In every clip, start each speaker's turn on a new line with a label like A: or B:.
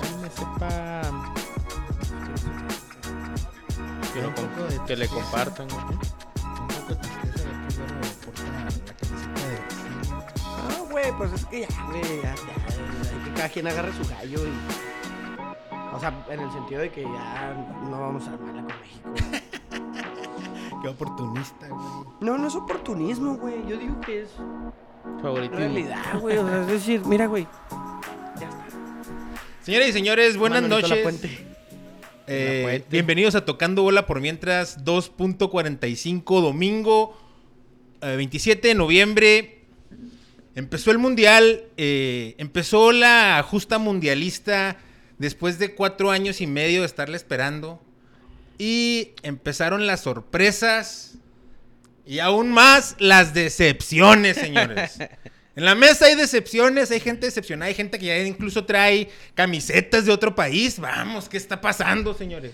A: Cálmese, pa. Quiero un poco de que le
B: tristeza.
A: compartan. güey.
B: Un poco de tristeza ver que Ibero porta la camiseta de Brasil.
C: No, güey, pues es que ya, güey, ya, ya, hay que cada quien agarre su gallo y... O sea, en el sentido de que ya no vamos a armarla con México.
B: Qué oportunista, güey.
C: No, no es oportunismo, güey. Yo digo que es
A: Favoritismo.
C: realidad, güey. O sea, es decir, mira, güey.
D: Señoras y señores, buenas
C: Manolito
D: noches.
C: Lapuente.
D: Eh,
A: Lapuente.
D: bienvenidos a Tocando Bola por mientras 2.45 domingo eh, 27 de noviembre. Empezó el mundial, eh, empezó la justa mundialista después de cuatro años y medio de estarla esperando. Y empezaron las sorpresas y aún más las decepciones, señores. En la mesa hay decepciones, hay gente decepcionada, hay gente que ya incluso trae camisetas de otro país. Vamos, ¿qué está pasando, señores?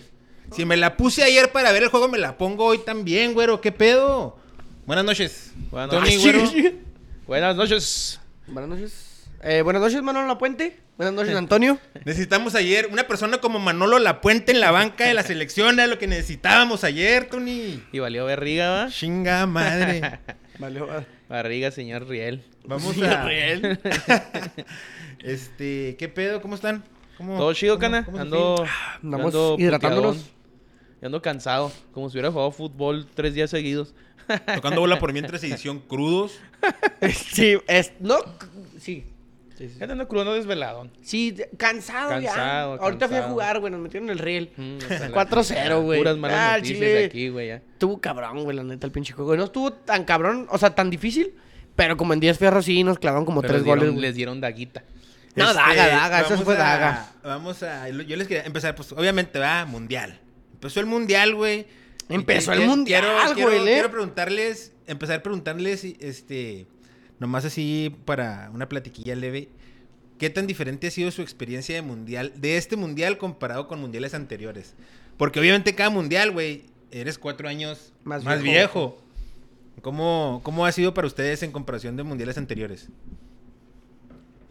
D: Si me la puse ayer para ver el juego, me la pongo hoy también, güero. ¿Qué pedo? Buenas noches.
A: Buenas
D: Tony,
A: noches.
D: güero.
A: Buenas noches.
C: Buenas noches. Eh, buenas noches, Manolo Lapuente. Buenas noches, Antonio.
D: Necesitamos ayer una persona como Manolo Lapuente en la banca de la selección. Era lo que necesitábamos ayer, Tony.
A: Y valió barriga, ¿va?
D: Chinga madre.
C: Vale, va.
A: Barriga, señor Riel.
D: Vamos a. este, ¿qué pedo? ¿Cómo están? ¿Cómo-
A: Todo chido,
D: cómo-
A: cana.
D: cómo se
A: Ando,
C: andamos
A: ando
C: hidratándonos.
A: puteadón. Yo ando cansado. Como si hubiera jugado fútbol tres días seguidos.
D: sienten? Tocando bola por mientras edición crudos.
C: Sí, es... No, sí. Sí, sí.
A: Ya ando crudo, ando desveladón.
C: Sí, cansado, ya.
A: Cansado,
C: Ahorita fui a
A: cansado.
C: jugar, güey. Nos metieron el riel.
A: Mm, hasta la
C: 4-0, güey.
A: Puras malas
C: Ah, el
A: noticias
C: Chile.
A: de aquí, güey. ya.
C: Estuvo cabrón, güey, la neta, el pinche juego. No estuvo tan cabrón, o sea, tan difícil, pero como en 10 fierros sí nos clavaron como
A: Pero
C: tres
A: les dieron-
C: goles. güey.
A: Les dieron daguita.
C: No,
D: Este,
C: daga, daga, eso
D: vamos
C: fue
D: a-
C: daga.
D: Vamos a. Yo les quería empezar, pues, obviamente, va, mundial. Empezó el mundial, güey.
C: Empezó
D: Y
C: el
D: que-
C: mundial,
D: quiero- quiero,
C: güey, ¿eh?
D: quiero preguntarles, empezar a preguntarles, este, nomás así para una platiquilla leve. ¿Qué tan diferente ha sido su experiencia de mundial, de este mundial comparado con mundiales anteriores? Porque obviamente cada mundial, güey, eres cuatro años
C: Más
D: más,
C: viejo.
D: viejo. ¿Cómo, ¿Cómo ha sido para ustedes en comparación de mundiales anteriores?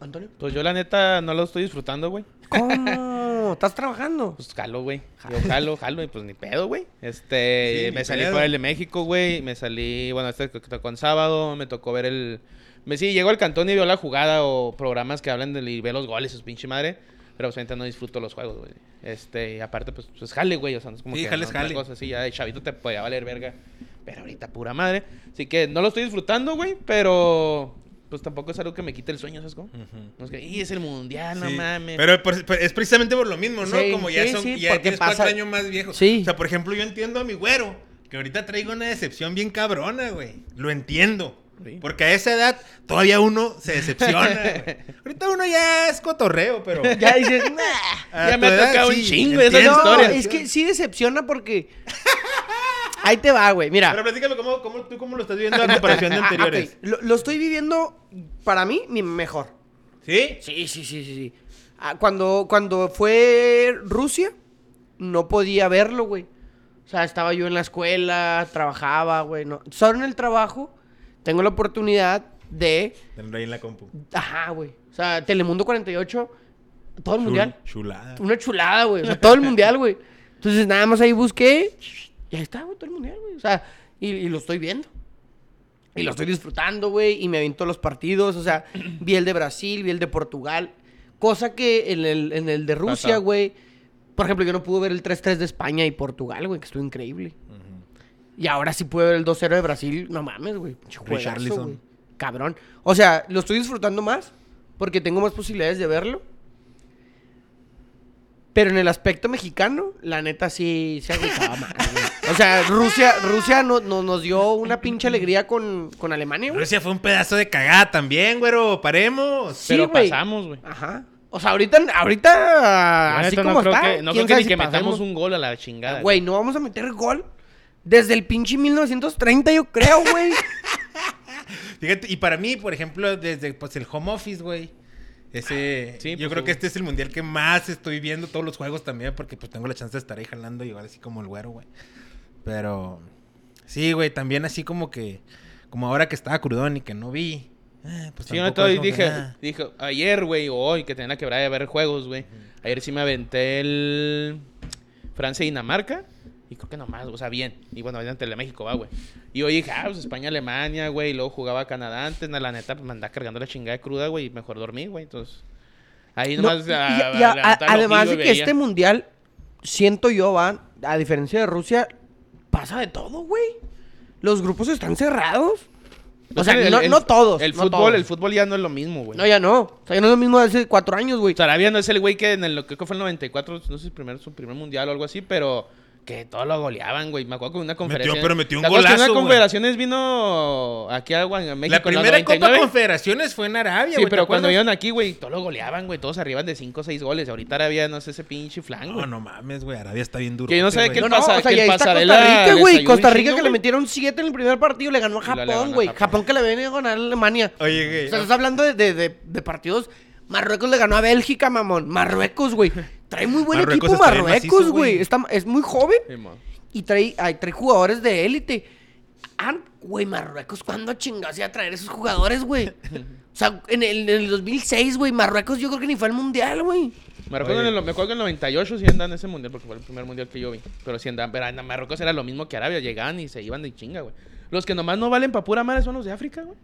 C: Antonio.
A: Pues yo, la neta, no lo estoy disfrutando, güey.
C: ¿Cómo? ¿Estás trabajando?
A: Pues jalo, güey. Yo jalo, jalo, y pues ni pedo, güey. Este,
D: Sí, ni
A: me salí
D: pedo.
A: por el de México, güey. Me salí, bueno, este que tocó en sábado, me tocó ver el. Me sí, llego al cantón y veo la jugada o programas que hablan de y veo los goles, sus pinche madre. Pero pues ahorita no disfruto los juegos, güey. Este, y aparte, pues, pues jale, güey. O sea, no es como
D: Sí,
A: que
D: jale es
A: no, no hay
D: jale.
A: cosa así, ya de chavito te podía valer verga. Pero ahorita pura madre. Así que no lo estoy disfrutando, güey, pero. Pues tampoco es algo que me quite el sueño, ¿sabes cómo? No es que, "Y, es el mundial, no
D: Sí,
A: mames.
D: Pero por- por- es precisamente por lo mismo, ¿no?
C: Sí,
D: Como ya
C: sí,
D: son
C: sí,
D: ya
C: porque
D: tienes
C: pasa-
D: cuatro años más viejos.
C: Sí.
D: O sea, por ejemplo, yo entiendo a mi güero, que ahorita traigo una decepción bien cabrona, güey. Lo entiendo.
A: Sí.
D: Porque a esa edad todavía uno se decepciona, güey. Ahorita uno ya es cotorreo, pero.
C: Ya dices, nah.
D: a
A: ya me
D: tu
A: ha
D: edad,
A: tocado
D: sí,
A: un chingo de esas
D: entiendo.
C: No,
A: historias.
C: es que sí decepciona porque... Ahí te va, güey, mira.
D: Pero platícame cómo, cómo- tú cómo lo estás viviendo a comparación de
C: Ah, ah,
D: anteriores.
C: ok. lo, lo estoy viviendo, para mí, mi mejor.
D: ¿Sí?
C: Sí, sí, sí, sí, sí. Ah, cuando, cuando fue Rusia, no podía verlo, güey. O sea, estaba yo en la escuela, trabajaba, güey. No. Solo en el trabajo tengo la oportunidad de...
D: Tenlo ahí en la compu.
C: Ajá, güey. O sea, Telemundo 48, todo el mundial.
D: Chul- Chulada.
C: Una chulada, güey. O sea, todo el mundial, güey. Entonces, nada más ahí busqué y ahí está, güey, todo el mundial, güey. O sea, y, y lo estoy viendo. Y lo estoy disfrutando, güey. Y me aviento los partidos. O sea, vi el de Brasil, vi el de Portugal. Cosa que en el, en el de Rusia,
A: Pasado.
C: güey. Por ejemplo, yo no pude ver el 3-3 de España y Portugal, güey, que estuvo increíble. Y ahora sí pude ver el 2-0 de Brasil. No mames, güey. pinche juegazo,
D: Richarlison.
C: güey. Cabrón. O sea, lo estoy disfrutando más porque tengo más posibilidades de verlo. Pero en el aspecto mexicano, la neta sí se agüitaba más. güey. O sea, Rusia, Rusia no, no- nos dio una pinche alegría con, con Alemania, güey.
D: Rusia fue un pedazo de cagada también, güero. Paremos.
C: Sí,
A: Pero
C: güey.
A: pasamos, güey.
C: Ajá. O sea, ahorita, ahorita
A: La
C: así
A: neta,
C: como
A: no creo
C: está.
A: que, no
C: quién
A: creo que
C: sabe
A: ni
C: si
A: que
C: pasemos.
A: metamos un gol a la chingada. Güey,
C: Güey, no vamos a meter gol desde el pinche 1930, yo creo, güey.
D: Fíjate, y para mí, por ejemplo, desde pues, el home office, güey. Ese,
A: Sí,
D: yo
A: pues,
D: creo
A: seguro.
D: que este es el mundial que más estoy viendo todos los juegos también, porque pues tengo la chance de estar ahí jalando y igual así como el güero, güey. Pero sí, güey, también así como que Como ahora que estaba crudón y que no vi. eh, pues
A: Sí, yo no
D: tampoco
A: estoy,
D: es como que,
A: dije,
D: ah.
A: dije, ayer, güey, o hoy, que tenía la quebrada de ver juegos, güey. Ayer sí me aventé el Francia-Dinamarca. Y creo que nomás, o sea, bien. Y bueno, adelante Teleméxico va, güey. Y hoy dije, ah, pues España-Alemania, güey. Y luego jugaba Canadá antes. na, La neta, pues me andaba cargando la chingada de cruda, güey. Y mejor dormí, güey. Entonces, ahí
C: No,
A: nomás.
C: y-
A: a-
C: y- y
A: a-
C: a-
A: levantar el
C: además
A: ojillo y
C: de que
A: veía.
C: este mundial, siento yo, va, a diferencia de Rusia, pasa de todo, güey. Los grupos están cerrados. O
A: Pues
C: sea,
A: sí, el-
C: no,
A: el-
C: no todos.
A: El
C: no
A: fútbol,
C: todos.
A: el fútbol ya no es lo mismo, güey.
C: No, ya no. O sea, ya no es lo mismo de hace cuatro años, güey.
A: Sarabia no es el güey que en el, lo que fue el 94, no sé si primer, su primer mundial o algo así, pero que todos lo goleaban, güey. Me acuerdo que en una conferencia.
D: pero metió un
A: ¿Te acuerdas que en una
D: golazo, güey?
A: confederaciones vino aquí a, Gua- a México.
D: La
A: en los
D: primera Copa
A: 99.
D: Confederaciones fue en Arabia,
A: Sí,
D: güey, ¿te
A: pero cuando
D: acuerdas?
A: vinieron aquí, güey, todos lo goleaban, güey. Todos arriban de 5 o 6 goles. Ahorita Arabia no sé ese pinche flan, güey.
D: Ah, No, no mames, güey. Arabia está bien duro.
A: Que yo no sabía que
C: No,
A: el
C: no,
A: pasa-
C: o sea,
A: que el
C: y ahí está Costa
A: pasarela
C: Rica, güey.
A: desayunó un
C: Costa Rica
A: chingo,
C: que le
A: güey.
C: metieron siete en el primer partido, le ganó a
A: Y la le ganó
C: Japón,
A: a
C: güey.
A: Japón.
C: Japón que le venía a ganar a Alemania.
D: Oye,
C: O
D: güey.
C: sea, estás hablando de, de- de- de partidos. Marruecos le ganó a Bélgica, mamón. Marruecos, güey. Trae muy buen
D: Marruecos
C: equipo
D: está bien
C: Marruecos,
D: macizo, güey.
C: güey. Está- Es muy joven.
A: Sí, mo.
C: Y trae, ay, trae jugadores de élite. Ah, güey, Marruecos, ¿cuándo chingados iba a traer esos jugadores, güey? O sea, en el, en el 2006, güey, Marruecos yo creo que ni fue al mundial, güey.
A: Me recuerdo
D: Oye.
A: en el, me acuerdo que en el 98 sí andan en ese mundial, porque fue el primer mundial que yo vi. Pero sí andan, pero en Marruecos era lo mismo que Arabia, llegaban y se iban de chinga, güey. Los que nomás no valen pa' pura madre son los de África, güey.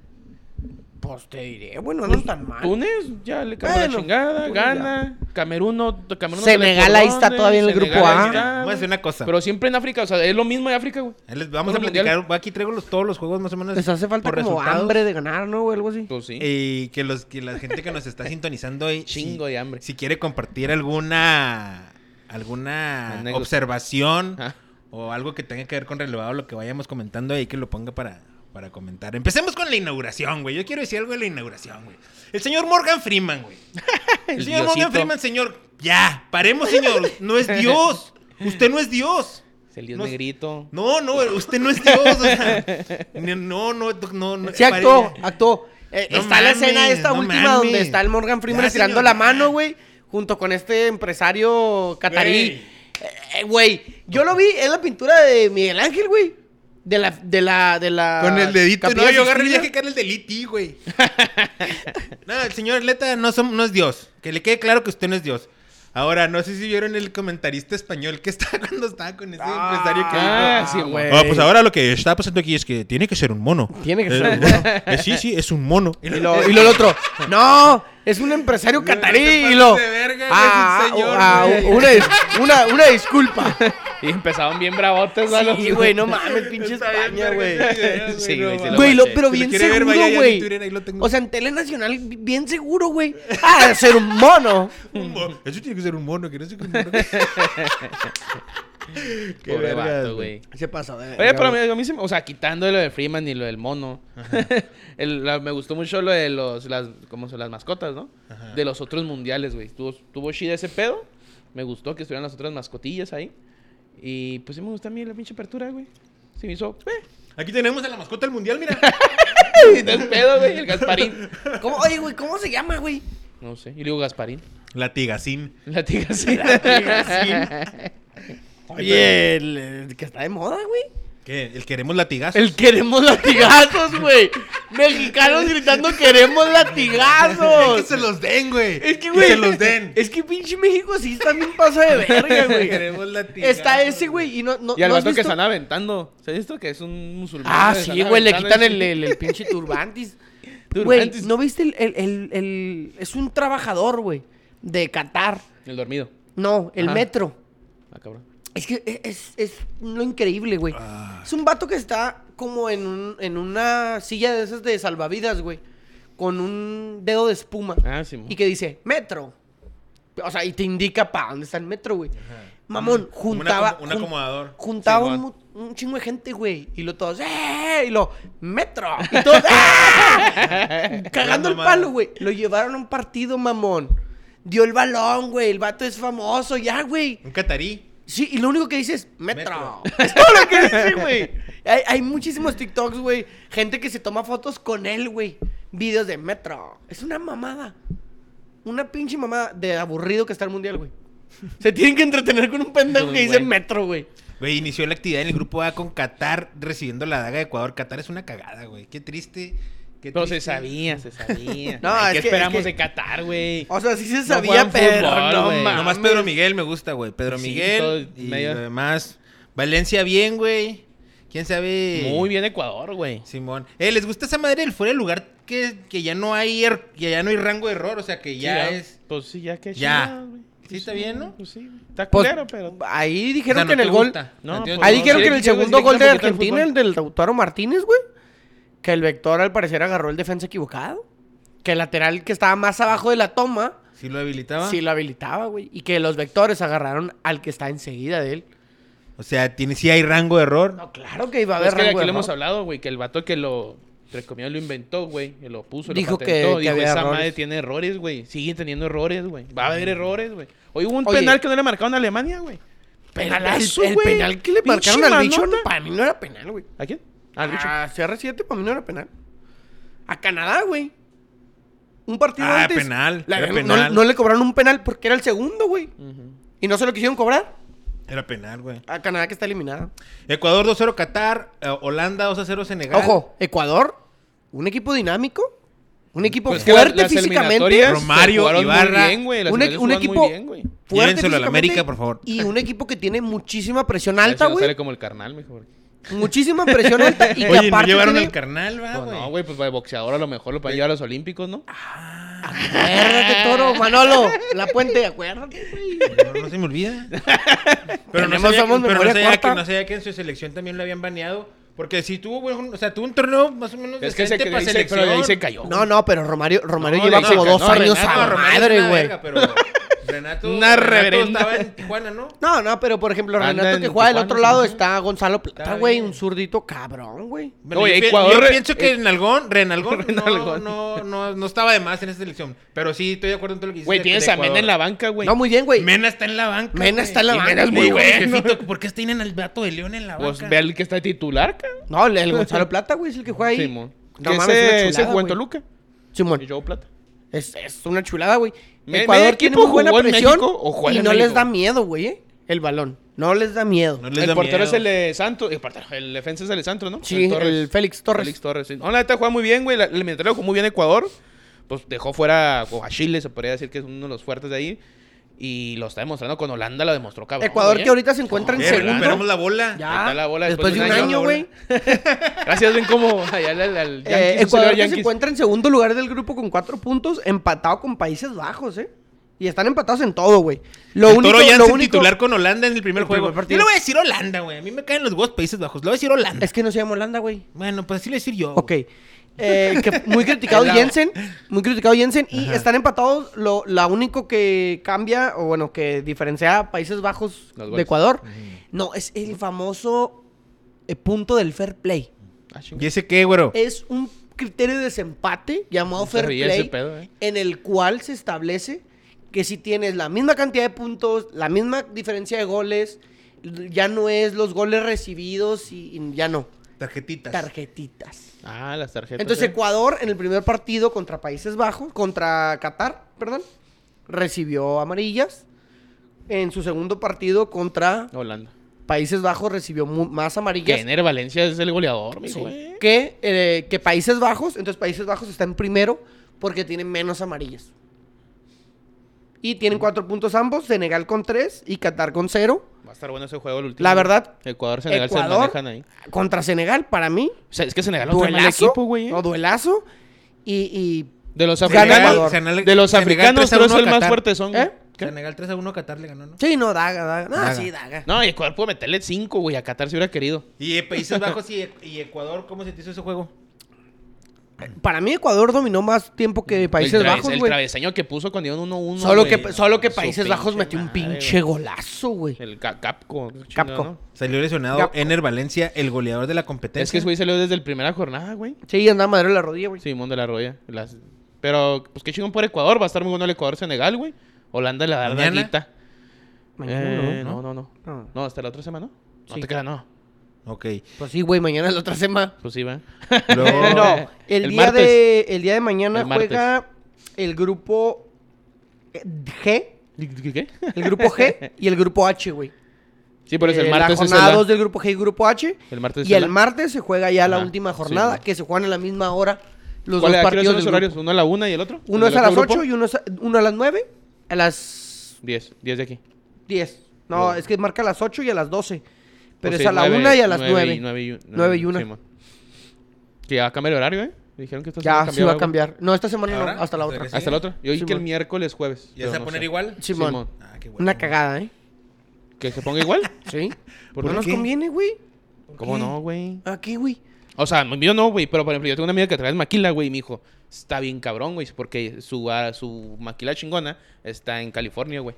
C: Pues te diré, güey, no andan tan mal.
A: Túnez ya le cambió
C: Bueno,
A: la chingada,
C: Túnez
A: Ghana, Camerún no, Camerún no
C: Senegal
A: sale por
C: ahí está
A: dónde,
C: todavía en el
A: Senegal
C: grupo
A: ahí
C: A.
A: está,
D: Mira, voy a decir una cosa. Eh,
A: Pero siempre en África, o sea, es lo mismo de África, güey.
D: Ahí les- Vamos a
A: Todo el
D: platicar. Aquí traigo los, todos los juegos más o menos.
C: Les hace falta
D: por
C: como
D: resultados.
C: hambre de ganar, ¿no? O algo así.
A: Pues sí.
D: Y que, los, que la gente que nos está sintonizando hoy,
A: Chingo
D: si,
A: de hambre.
D: Si quiere compartir alguna alguna
A: Anécdota.
D: observación
A: Ah.
D: o algo que tenga que ver con relevado lo que vayamos comentando ahí, que lo ponga para, para comentar. Empecemos con la inauguración, güey. Yo quiero decir algo de la inauguración, güey. El señor Morgan Freeman, güey. El,
A: El
D: señor
A: diosito.
D: Morgan Freeman, señor. Ya, paremos, señor. No es Dios. Usted no es Dios.
A: Es el dios
D: no-
A: negrito.
D: No, no, usted no es Dios. o sea, no, no, no, no.
C: Sí, actuó,
D: pare-
C: actuó. Eh,
D: Eh, No
C: está la escena
D: mames,
C: esta
D: no
C: última
D: mames.
C: donde está el Morgan Freeman
D: Ya,
C: estirando
D: señor,
C: la
D: ya.
C: mano, güey, junto con este empresario catarí. Eh, eh, Güey, yo lo vi en la pintura de Miguel Ángel, güey. De la, de la, de la.
D: Con el dedito,
C: Capilla
D: no, yo agarré y
C: Sixtina.
D: dije que era el del IT, güey. no, el señor Atleta no, som- no es Dios. Que le quede claro que usted no es Dios. Ahora, no sé si vieron el comentarista español que está cuando estaba con ese empresario que
A: Ah,
D: dijo,
A: sí, güey.
D: "Ah, pues ahora lo que está pasando aquí es que tiene que ser un mono.
C: Tiene que
D: Eh,
C: ser un
D: bueno, eh, sí, sí, es un mono.
C: Y lo, y lo otro, no, es un empresario
D: No, no te
C: catarí. Y
D: pases
C: lo.
D: este de verga,
C: ah,
D: es un señor,
C: ah,
D: güey.
C: una, dis- una, una disculpa.
A: Y empezaron bien bravotes, ¿no?
C: Sí,
A: Los-
C: güey, no mames, pinche
D: Está bien
C: España,
D: verga
C: güey.
D: ese video,
A: Sí,
D: no
A: güey, sí lo
D: mames.
C: Güey, lo-
A: manché.
C: pero
D: Si lo
C: bien
D: quiere ver,
C: seguro,
D: vaya ya en
C: güey.
D: Twitter, ahí lo tengo.
C: O sea, en Telenacional, bi- bien seguro, güey. Ah, de ser un mono.
D: Un mo- Eso tiene que ser un mono, que no sé qué mono. Qué
A: Pobre
D: vergas,
A: vato,
D: güey.
A: güey.
C: Se pasa, de
A: Oye, pero a mí, a mí sí me- o sea, quitando lo de Freeman y lo del mono, el- la- me gustó mucho lo de los, las, ¿cómo son las mascotas, no? De los otros mundiales, güey. Tuvo, tuvo chida ese pedo. Me gustó que estuvieran las otras mascotillas ahí. Y pues sí me gusta a mí la pinche apertura, güey. Se me hizo, eh,
D: Aquí tenemos a la mascota del mundial, mira.
A: no es pedo, güey, el Gasparín.
C: ¿Cómo, oye, güey, ¿cómo se llama, güey?
A: No sé, y le digo Gasparín.
D: La tigacín.
A: La tigacina.
C: Oye, el, el que está de moda, güey.
D: ¿Qué? ¿El queremos latigazo?
C: El queremos latigazos, güey. Mexicanos gritando queremos
D: Que
C: latigazos.
D: se los den, güey.
C: Es que, güey.
D: se los den.
C: Es que pinche México sí también pasa de verga, güey.
D: Queremos latigazos.
C: Está ese, güey, y no, no,
A: Y al
C: ¿no has
A: vato que
C: visto?
A: están aventando. ¿Se ha visto que es un musulmán?
C: Ah,
A: que se
C: sí,
A: anda
C: güey, le
A: aventando
C: quitan
A: ahí?
C: el, el- el pinche turbantis. Güey,
A: Turbantes.
C: ¿no viste el, el- el- el- Es un trabajador, güey, de Qatar.
A: El dormido.
C: No, el
A: Ajá.
C: metro.
A: Ah, cabrón.
C: Es que e, es, es lo increíble, güey.
D: Ah.
C: Es un vato que está como en, un- en una silla de esas de salvavidas, güey. Con un dedo de espuma.
A: Ah, sí, mo.
C: Y que dice, metro. O sea, y te indica para dónde está el metro, güey. Mamón,
D: Como una
C: juntaba...
D: acom- un acomodador.
C: Juntaba un,
A: Simón.
C: mu- un chingo de gente, güey. Y lo todos, ¡eh! Y lo, ¡metro! Y todos, ¡ah! Cagando el
D: mamada.
C: palo, güey. Lo llevaron a un partido, mamón. Dio el balón, güey. El vato es famoso, ya, güey.
D: Un catarí.
C: Sí, y lo único que dices, metro.
D: Metro.
C: Es todo lo que dice, güey. Hay, hay muchísimos TikToks, güey. Gente que se toma fotos con él, güey. Videos de metro. Es una mamada. Una pinche mamada de aburrido que está el mundial, güey. Se tienen que entretener con un pendejo
A: Con un
C: que dice
A: güey.
C: metro, güey.
D: Güey, inició la actividad en el grupo A con Qatar recibiendo la daga de Ecuador. Qatar es una cagada, güey. Qué triste. qué
A: Pero se
D: triste.
A: sabía, se sabía.
C: No,
A: Ay, ¿Qué
C: es que-
A: esperamos
C: es que-
A: de Qatar, güey?
C: O sea, sí se
A: No
C: sabía,
A: juegan
C: pero
A: fútbol,
C: no
A: güey.
C: mames.
D: Nomás Pedro Miguel me gusta, güey. Pedro
A: Sí,
D: Miguel
A: todo
D: y
A: medio-
D: lo demás. Valencia bien, güey. ¿Quién sabe?
A: Muy bien Ecuador, güey.
D: Simón. Eh, ¿les gusta esa madre del fuera de lugar que, que ya no hay er- que ya no hay rango de error? O sea, que ya
A: Sí,
D: es...
A: Pues sí, ya que
D: Ya.
A: chingada, güey.
D: Sí, está bien, ¿no?
A: Pues sí. Está
C: Pues,
A: culero, pero.
C: Ahí
D: O sea,
C: dijeron
D: no
C: que en
D: te
C: el gol.
D: gusta.
A: No,
D: Entiendo.
A: pues
C: Ahí dijeron
A: sí,
C: que en el
A: sí, sí,
C: segundo
A: sí,
C: gol de
A: sí, sí,
C: Argentina,
A: sí,
C: el del Lautaro Martínez, güey. Que el Vector al parecer agarró el defensa equivocado. Que el lateral que estaba más abajo de la toma,
D: ¿Sí lo habilitaba?
C: sí lo habilitaba, güey. Y que los Vectores agarraron al que está enseguida de él.
D: O sea, tiene, sí hay rango de error.
C: No, claro que iba a
A: Pues
C: haber
A: es que aquí
C: rango de
A: lo hemos
C: error.
A: hablado, güey, que el vato que lo, entre comillas, lo inventó, güey, que lo puso, lo
C: Dijo que-
A: patentó,
C: que
A: dijo,
C: había
A: esa
C: errores". Mm.
A: madre tiene errores, güey, siguen teniendo errores, güey, va a haber errores, güey. Hoy hubo un
C: Oye.
A: penal que no le marcaron a Alemania, güey. Penalazo,
C: el, el
A: güey.
C: penal que le
A: Pinche
C: marcaron al bicho,
A: manota.
C: para mí no era penal, güey. Ah,
A: ¿A quién? Al bicho.
C: A CR7 para mí no era penal. A Canadá, güey. Un partido
D: Ah,
C: antes.
D: penal,
C: la-
D: era
C: no-
D: penal.
C: No, le cobraron un penal porque era el segundo, güey.
A: Ujú.
C: Y no se lo quisieron cobrar.
D: Era penal, güey.
C: A Canadá que está eliminada.
D: Ecuador 2-0 Qatar, eh, Holanda 2-0 Senegal.
C: Ojo, Ecuador, un equipo dinámico, un equipo
A: Pues que la-
C: fuerte
A: las
C: físicamente.
A: eliminatorias
D: Romario,
A: se jugaron muy
D: Ibarra.
A: bien, güey, las
C: Un, e-
A: eliminatorias
C: un
A: se jugaron
C: equipo
A: muy bien, güey.
C: fuerte
D: Llévenselo a la
C: físicamente
D: América, por favor.
C: Y un equipo que tiene muchísima presión
A: A ver si
C: alta,
A: no sale
C: güey.
A: como el carnal, mijo. porque-
C: Muchísima presión alta. Y que
D: Oye, no
C: aparte
D: llevaron
C: tiene-
D: al carnal,
C: Ah,
D: va,
A: Pues
D: güey.
A: no, güey, pues para el boxeador a lo mejor lo pueden llevar a los olímpicos, ¿no?
C: Acuérdate, toro, Manolo. La puente, acuérdate, güey.
D: No, no se me olvida. pero no
C: Tenemos-
D: sabía,
C: somos
D: pero no
C: memoria
D: sabía
C: corta.
D: que no sabía que en su selección también lo habían baneado. Porque si tuvo, güey, un- o sea, tuvo un torneo más o menos
A: Es que se,
D: decente para
A: ahí se- pero ahí se cayó.
C: No, no, pero Romario, Romario
A: No,
C: lleva
A: le
C: como
A: saca-
C: dos
A: no,
C: años
A: Renato,
C: a la
A: Renato
C: madre, güey.
D: pero Renato,
A: Una
D: Renato
A: reverenda.
D: estaba en Tijuana, ¿no?
C: No, no, pero por ejemplo,
A: Anda
C: Renato
A: en
C: que juega del
A: Tijuana,
C: otro lado
A: ajá.
C: está Gonzalo Plata,
D: Está
C: güey,
D: bien.
C: un zurdito cabrón, güey.
D: Bueno,
A: Oye,
D: yo, pi-
A: Ecuador-
D: yo pienso que
A: eh,
D: Renalgón, Renalgón, no-
A: Renalgón.
D: No, no, no estaba de más en esta selección. Pero sí, estoy de acuerdo en todo lo que dices.
A: Güey,
D: de-
A: tienes
D: de
A: a Mena en la
D: Ecuador.
A: banca, güey.
C: No, muy bien, güey.
D: Mena está en la banca.
C: Mena
D: güey.
C: está en la
D: Y
C: banca,
D: Mena es
C: güey.
D: muy
C: Le
D: bueno.
C: digo,
D: Jefito, ¿Por qué tienen al vato de León en la banca?
A: Pues ve al que está titular, cabrón.
C: No, el el Gonzalo Plata, güey, es el que juega ahí.
A: Simón.
C: No
A: Que
C: mames,
A: ese-
C: es una
A: ese
C: chulada,
A: jugó en
C: güey.
A: Toluca. Y
C: Simón.
A: Joe Plata.
C: Es, es una chulada, güey.
A: Me-
C: Ecuador
A: medio
C: tiene
A: equipo
C: muy buena
A: jugó en
C: presión
A: México o juega
C: y
A: en
C: no les
A: México.
C: da miedo, güey, eh, el balón. No les da miedo.
D: No les
A: El
D: da
A: portero
D: miedo.
A: es el de Santos. El, portero- el defensa es el de Santos, ¿no?
C: Sí, el Félix Torres.
A: Félix Torres. sí. No, la neta juega muy bien, güey. La- El eliminatorio jugó muy bien Ecuador. Pues dejó fuera o a Chile, se podría decir que es uno de los fuertes de ahí. Y lo está demostrando con Holanda, lo demostró cabrón.
C: Ecuador
A: güey, ¿eh?
C: que ahorita se encuentra en
D: Eh, recuperamos
C: segundo.
D: la bola.
A: Ahí
C: Ya,
A: está la bola,
C: después de un año,
A: la
C: güey.
A: Gracias, ven cómo. Allá al, al- al
C: Eh,
A: Yankees, un servidor
C: Ecuador que se
A: Yankees.
C: encuentra en segundo lugar del grupo con cuatro puntos, empatado con Países Bajos, ¿eh? Y están empatados en todo, güey. Lo
D: el
C: único,
D: Toro Jansen
C: lo único
D: titular con Holanda en el primer
C: El
D: juego.
C: primer partido.
D: yo le voy a decir Holanda, güey. A mí me caen los huevos Países Bajos. Le voy a decir Holanda.
C: es que no se llama Holanda, güey.
D: Bueno, pues así le voy a decir yo.
C: Ok. Eh, que muy criticado
D: Helado.
C: Jensen. Muy criticado Jensen. Y están empatados. Lo, la único que cambia, o bueno, que diferencia a Países Bajos
A: Los
C: de
A: goles.
C: Ecuador. No, es el famoso eh, punto del fair play.
A: Ah,
D: güey.
A: chinga.
D: ¿Y ese qué, güero?
C: Es un criterio de desempate llamado
A: se
C: fair
A: ríe ese
C: play.
A: pedo, ¿eh?
C: En el cual se establece que si tienes la misma cantidad de puntos, la misma diferencia de goles, ya no es los goles recibidos y, y ya no.
D: Tarjetitas.
C: Tarjetitas.
A: Ah, las tarjetas.
C: Entonces
A: ¿eh?
C: Ecuador en el primer partido contra Países Bajos, contra Qatar, perdón, recibió amarillas. En su segundo partido contra
A: Holanda.
C: Países Bajos recibió mu- más amarillas.
A: Jenner Valencia es el goleador,
C: Sí.
A: mijo. eh.
C: Que, eh, que Países Bajos, entonces Países Bajos está en primero porque tiene menos amarillas. Y tienen cuatro puntos ambos, Senegal con tres y Qatar con cero.
A: Va a estar bueno ese juego el último.
C: La verdad,
A: Ecuador, Senegal se
C: Ecuador
A: manejan ahí.
C: contra Senegal para mí,
A: O sea, es que Senegal no trae mal
C: duelazo,
A: equipo, güey. eh.
C: no, duelazo. Y, y
A: De los
C: Gana
A: africanos,
C: Ecuador.
D: Senegal-
A: de los
D: Senegal
A: africanos
D: 3 a
A: creo es
D: 1
A: el más
D: Qatar.
A: fuerte son. güey.
C: ¿Eh?
A: ¿Qué?
D: Senegal 3 a 1 Qatar le ganó, ¿no?
C: sí, no, daga, daga. No,
D: Daga.
C: sí, daga.
A: No, y Ecuador pudo meterle 5, güey. A Qatar si hubiera querido.
D: Y eh, Países Bajos y, y Ecuador, ¿cómo se te hizo ese juego?
C: Para mí Ecuador dominó más tiempo que Países
A: el traves-
C: Bajos,
A: El
C: güey.
A: travesaño que puso cuando iban 1-1.
C: Solo que,
A: güey.
C: solo que
A: Su
C: Países
A: pinche
C: Bajos metió un
A: madre,
C: pinche
A: güey.
C: golazo, güey.
A: El Ca- Capco. qué
C: Capco.
A: chingado, ¿no?
D: Salió lesionado
C: Gapco.
D: Ener Valencia, el goleador de la competencia.
A: Es que ese güey salió desde la primera jornada, güey.
C: Sí, anda madre la rodilla, güey.
A: Simón de la Roya. Las- Pero, pues qué chingón por Ecuador. Va a estar muy bueno el Ecuador-Senegal, güey. Holanda la da
D: Mañana.
A: daguita.
C: Mañana
A: Eh,
C: no,
A: no, no, no.
C: no.
A: No, hasta la otra semana, ¿no? No
C: Sí.
A: te creas, no.
D: Ok.
C: Pues sí, güey, mañana es la otra semana.
A: Pues sí, va.
D: Luego,
C: No, el,
A: El
C: día
A: martes.
C: de, el día de mañana
A: El martes.
C: juega el grupo eh, G,
A: ¿Qué?
C: el grupo G y el grupo H, güey.
A: Sí, por eso el
C: Eh,
A: martes
C: la
A: es el
C: jornada
A: A.
C: 2 del grupo G y grupo H.
A: El martes es
C: y
A: el
C: el
A: A.
C: martes se juega ya la
A: Ajá,
C: última
A: sí,
C: jornada,
A: güey.
C: que se juegan a la misma hora los dos
A: ¿Cuáles son
C: partidos.
A: los
C: del
A: horarios?
C: grupo.
A: ¿Uno a la una y el otro?
C: Uno
A: ¿El
C: es a
A: otro
C: las
A: grupo?
C: 8 y uno, es a, uno a las 9, a las
A: Diez, diez de aquí.
C: 10. No,
A: No.
C: es que marca a las 8 y a las 12. Pero
A: O
C: es
A: sea,
C: a la
A: Pues nueve-
C: 1 y a las
A: nueve
C: 9.
A: y- nueve y-
C: Nueve y una.
A: Simón. que ya va a cambiar el horario, ¿eh? Dijeron que esto se
C: ya, sí va a
A: algo.
C: cambiar. No, esta semana
D: ¿Ahora?
C: no, hasta la otra.
D: ¿Regresa?
A: Hasta la otra. Yo oí que el
C: Simón.
A: miércoles jueves.
D: ¿Ya se va a poner igual?
C: Simón.
A: Simón.
D: Ah, qué bueno.
C: Una cagada, ¿eh?
A: ¿Que se ponga igual?
C: Sí.
A: ¿Por
C: no
A: qué?
C: nos conviene, güey.
A: ¿Cómo no, güey?
C: ¿A qué, güey?
A: O sea, yo no, güey, pero por ejemplo, yo tengo una amiga que trae maquila, güey, y me dijo, está bien cabrón, güey, porque su, ah, su maquila chingona está en California, güey.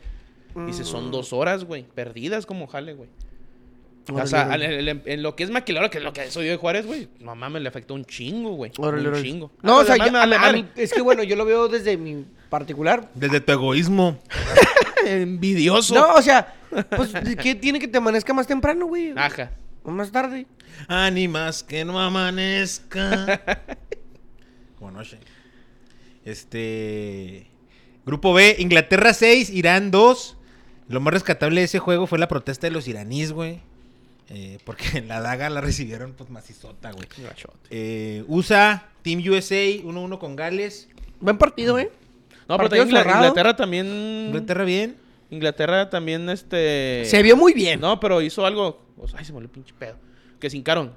A: Dice,
C: Mm.
A: son dos horas, güey, perdidas como jale, güey. O
C: Órale,
A: sea,
C: órale.
A: en- en- en lo que es maquilador, que es lo que soy yo de Juárez, güey, no mames, le afectó un chingo, güey.
C: Órale,
A: Un
C: órale.
A: chingo.
C: No,
A: Ah,
C: o sea,
A: le
C: yo-
A: mando-
C: a-
A: le
C: a
A: mando-
C: mí- es que bueno, yo lo veo desde mi particular.
D: Desde tu egoísmo.
A: Envidioso.
C: No, o sea, pues, ¿qué tiene que te amanezca más temprano, güey?
A: Ajá.
C: O más tarde.
D: Ánimas que no amanezca. Buenas noches. Este. Grupo B, Inglaterra 6, Irán 2. Lo más rescatable de ese juego fue la protesta de los iraníes, güey. Eh, porque la daga la recibieron, pues, macizota, güey. Eh, USA, Team USA, 1-1 con Gales.
C: Buen partido, ¿eh?
A: No, pero
C: Partido
A: también Ingla-
C: cerrado.
A: Inglaterra también.
D: Inglaterra bien.
A: Inglaterra también, este.
C: Se vio muy bien.
A: No, pero hizo algo. o sea, ay, se me olvidó el pinche pedo. Que se hincaron.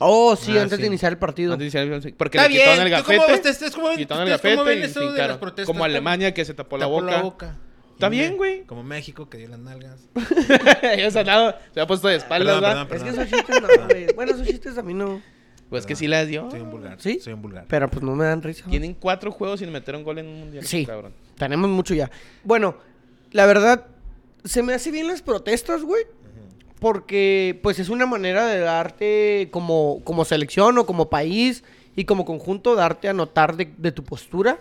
C: Oh, sí,
D: Ah,
C: antes
D: sí.
C: de iniciar el partido.
A: Antes de iniciar- Porque
D: Está
A: le quitaron el
D: bien. ¿Tú
A: gafete.
D: cómo ves? ¿Ustedes cómo ven-
A: quitaron el
D: ustedes
A: gafete
D: cómo ven
A: y
D: eso
A: se
D: de las
A: hincaron.
D: protestas?
A: Como Alemania que se tapó la
D: Tapó
A: boca. Está
D: Y
A: bien,
D: me-
A: güey.
D: Como México que dio las nalgas.
A: Ya se ha dado- se ha puesto de espaldas,
D: Perdón,
A: ¿va?
D: perdón,
C: es que
D: perdón.
C: esos chistes no, güey. Bueno, esos chistes a mí no.
A: Pues que sí las dio.
D: Soy un vulgar.
C: ¿Sí?
D: Soy un vulgar.
C: Pero pues no me dan risa.
A: Tienen cuatro juegos sin meter un gol en un mundial.
C: Sí.
A: Cabrón.
C: Tenemos mucho ya. Bueno, la verdad, se me hace bien las protestas, güey. Porque, pues, es una manera de darte como, como selección o como país y como conjunto, darte a notar de, de tu postura.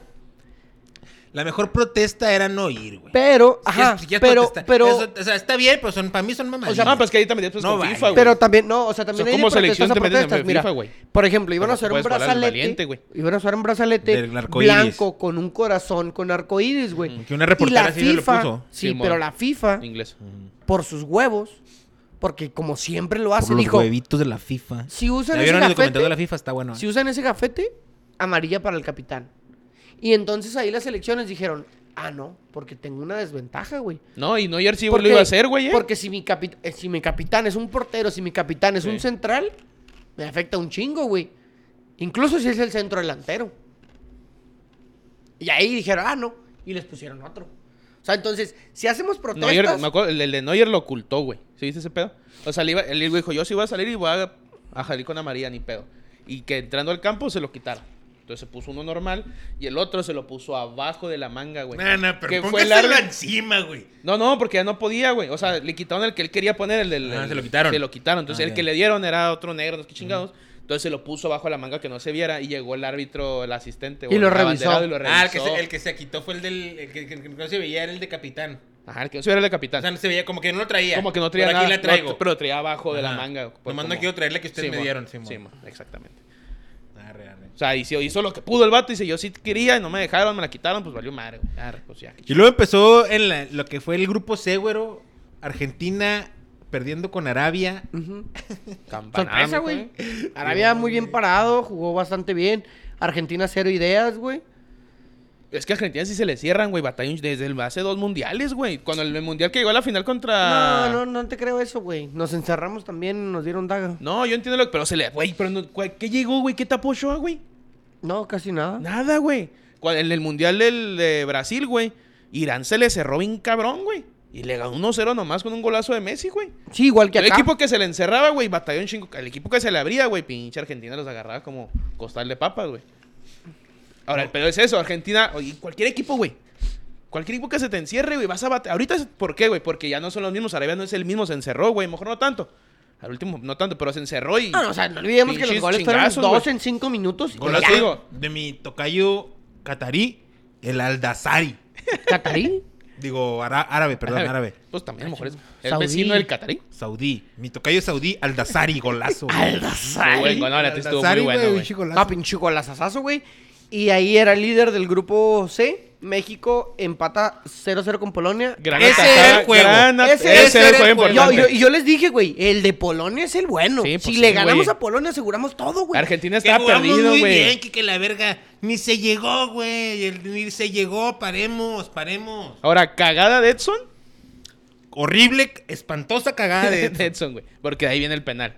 D: La mejor protesta era no ir, güey.
C: Pero,
D: Si
C: ajá,
D: es- si es
C: pero,
D: protesta-
C: pero, ah,
D: eso- o sea, está bien, pero son, para mí son
A: O
D: mamadas.
A: sea, no, pues que ahí también pues,
D: No
A: con
D: vale.
A: FIFA, güey.
C: pero también, no, o sea,
A: O
C: también
A: sea,
C: hay de
A: como selección
C: protestas a
A: te metes en
C: protestas. Mira,
A: FIFA, güey.
C: por ejemplo, iban
A: Pero
C: a
A: no
C: usar un
A: puedes volar al
C: brazalete,
A: valiente, güey.
C: iban a usar un brazalete
D: Del arcoíris.
C: blanco con un corazón con arcoíris, güey.
D: Que una reportera
C: Y la
D: así se lo
C: FIFA,
D: puso.
C: Sí,
A: Simón.
C: pero la FIFA,
A: Inglés.
C: por sus huevos, porque como siempre lo hace,
D: Por los
C: dijo,
D: huevitos de la FIFA.
C: si
D: ¿Ya
C: usan ese
D: vieron el documental de la
C: gafete,
D: FIFA? Está bueno. ¿eh?
C: si usan ese gafete, amarilla para el capitán. Y entonces ahí las elecciones dijeron, ah, no, porque tengo una desventaja, güey.
A: No, y Neuer sí
C: Porque-
A: lo iba a hacer, güey. ¿eh?
C: Porque si mi, capi- eh, si mi capitán es un portero, si mi capitán es
A: Sí.
C: un central, me afecta un chingo, güey. Incluso si es el centro delantero. Y ahí dijeron, ah, no. Y les pusieron otro. O sea, entonces, si hacemos protestas...
A: Neuer, me acuerdo, el, el de Neuer lo ocultó, güey. ¿Sí viste ese pedo? O sea, le iba- él güey dijo, yo sí voy a salir y voy a, a salir con Amarilla, ni pedo. Y que entrando al campo se lo quitaron. Entonces se puso uno normal y el otro se lo puso abajo de la manga, güey.
D: Nana, pero
A: Que
D: fue
A: largo.
D: encima, güey.
A: No, no, porque ya no podía, güey. O sea, le quitaron el que él quería poner, el del...
D: Ah,
A: el-
D: se lo quitaron.
A: Se lo quitaron. Entonces
D: Ah,
A: el
D: ya.
A: que le dieron era otro negro, no sé qué chingados. Entonces se lo puso abajo de la manga que no se viera y llegó el árbitro, el asistente. o
C: Y lo
A: el
C: revisó.
A: abanderado, Y lo revisó.
D: Ah, el que, se, el que se quitó fue el del. El que, que- que no se veía era el de capitán.
A: Ajá, el que no se viera el de
D: O
A: capitán.
D: sea, no se veía, como que no lo traía.
A: Como que no traía
D: Pero
A: nada.
D: aquí la traigo.
A: no, pero traía abajo de la
D: Ajá.
A: manga. por
D: Nomás no
A: como-
D: quiero traer la que ustedes me
A: Simón,
D: dieron, Simón.
A: Simón, exactamente.
D: Arre, arre.
A: O sea, hizo, hizo lo que pudo el vato. Dice, yo sí quería y no me dejaron, me la quitaron, pues valió madre, güey. Arre, pues ya. qué
D: Y luego empezó en la- lo que fue el grupo C, güero. Argentina perdiendo con Arabia.
C: Ujú.
A: campanada,
C: Sorpresa,
A: mijo,
C: güey.
A: eh.
C: Arabia muy bien parado, jugó bastante bien. Argentina cero ideas, güey.
A: Es que a Argentina sí se le cierran, güey. Batallón desde el- hace dos mundiales, güey. Cuando el mundial que llegó a la final contra.
C: No, no, no te creo eso, güey. Nos encerramos también, nos dieron daga.
A: No, yo entiendo lo que. Pero se le. Güey, pero no- güey, ¿qué llegó, güey? ¿Qué tapó Shoah, güey?
C: No, casi
D: Ah.
C: nada.
A: Nada, güey. Cuando- En el mundial del, de Brasil, güey. Irán se le cerró bien cabrón, güey. Y le ganó 1-0 nomás con un golazo de Messi, güey.
C: Sí, igual que
A: El
C: acá.
A: equipo que se le encerraba, güey, batallón chingo. El equipo que se le abría, güey, pinche Argentina los agarraba como costal de papas, güey. Ahora, el pedo es eso, Argentina, y cualquier equipo, güey. Cualquier equipo que se te encierre, güey, vas a batallar. Ahorita, es- ¿por qué, güey? Porque ya no son los mismos. Arabia no es el mismo, se encerró, güey. Mejor no tanto. Al último, no tanto, pero se encerró y.
C: Ah, o sea, no olvidemos que los
A: Pinches
C: goles fueron
A: chingazos,
C: dos
A: güey.
C: en cinco minutos.
A: Golazo.
C: Ya.
A: digo.
D: de mi tocayo catarí, el Aldazari.
C: Catarí.
D: Digo, ara- árabe, perdón, árabe.
A: Pues también, a lo mejor es el
C: Saudí.
A: vecino del Catarí.
D: Saudí. Mi tocayo saudí, Aldazari, golazo.
A: Muy
C: Aldazari.
A: buen gol, no, la estuvo muy bueno, güey.
D: pinche golazo.
C: Ah, pinche golazazazo, güey. Y ahí era el líder del grupo C. México empata 0-0 con Polonia.
A: Gran
D: Ese
A: atajada,
D: era el juego.
A: gran at-
C: Ese era
A: ese era el juego
C: Yo,
A: importante.
C: yo, y yo les dije, güey, el de Polonia es el bueno.
A: Sí, pues
C: si
A: sí,
C: le ganamos
A: güey.
C: a Polonia, aseguramos todo, güey.
A: Argentina
D: Que
A: estaba
D: jugamos
A: perdido,
D: muy
A: güey.
D: bien, que, que la verga. Ni se llegó, güey. el- Ni se llegó. Paremos, paremos.
A: Ahora, cagada de Edson.
D: Horrible, espantosa cagada
C: Ah,
D: de.
A: de Edson, güey. Porque de ahí viene el penal.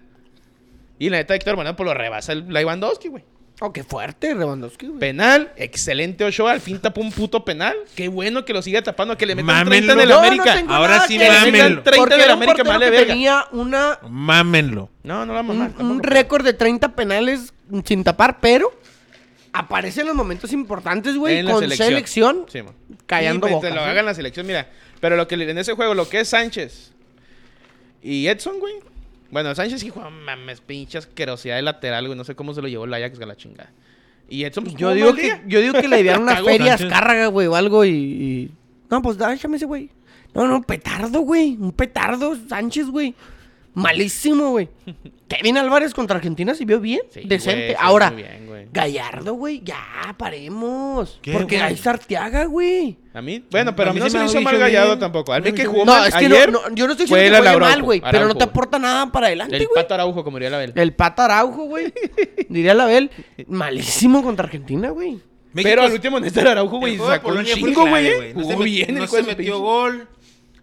A: Y la neta, Héctor Manuel pues, lo rebasa el, la Lewandowski, güey.
C: Oh, qué fuerte, Lewandowski, güey.
A: Penal, excelente Ochoa. Al fin tapó un puto penal. Qué bueno que lo siga tapando. Que le metan
D: Mámenlo.
A: 30 del
D: Yo no
A: América.
C: tengo
D: Ahora
C: nada
D: sí,
C: que decir.
D: mámenlo.
A: 30
C: Porque
A: del
C: era un
A: América,
C: portero
A: vale
C: que
A: verga.
C: tenía una,
D: Mámenlo.
A: No, no la
C: un,
A: mamá.
C: un récord de 30 penales sin tapar, pero aparece en los momentos importantes, güey, con selección,
A: Sí, man.
C: callando
A: Sí, pues,
C: bocas.
A: Te lo
C: ¿no?
A: hagan la selección, mira. Pero lo que le- en ese juego, lo que es Sánchez y Edson, güey. Bueno, Sánchez hijo, "Ah, mames, pinche asquerosidad de lateral, güey. No sé cómo se lo llevó el Ajax a la chingada. Y Edson, pues,
C: Yo
A: tuvo
C: digo,
A: mal
C: que,
A: día.
C: yo digo que le dieron una
A: Cagó.
C: feria a
D: Sánchez.
C: Azcárraga, güey, o algo y... y- No, pues da, échame ese, güey. No, no, petardo, güey. Un petardo, Sánchez, güey. Malísimo, güey. Kevin Álvarez contra Argentina se vio bien,
A: Sí,
C: decente.
A: güey, se vio
C: Ahora,
A: muy bien, güey.
C: Gallardo, güey, ya, paremos.
D: ¿Qué,
C: porque
D: güey?
C: ahí está Arteaga, güey.
A: A mí, bueno, pero
D: A
A: a
D: mí
A: mí
D: sí
A: no se
D: me
A: me hizo
D: había
A: mal
D: dicho
A: Gallardo
D: bien.
A: tampoco. A
D: No
A: mí
D: me
A: que
D: hizo
A: jugó
C: No,
A: mal
C: es que
A: ayer
C: no, no, yo no estoy
A: fue
C: diciendo
A: el
C: que juegue
A: Araujo,
C: mal, güey, pero no
A: Araujo,
C: te
A: güey.
C: aporta nada para adelante,
A: El
C: güey.
A: pato Araujo, como diría la Bel.
C: El pata Araujo, güey. Diría la Bel, malísimo contra Argentina, güey.
D: México
A: Pero al
D: es-
A: último en estar Araujo, güey,
D: El
A: se
D: juego de
A: sacó un
D: Polonia fue
A: chingo,
D: clave,
A: güey. ¿eh?
D: No
A: Jugó
D: se met-
A: bien
D: No
A: el
D: se
A: juego de
D: metió
A: pinche.
D: gol.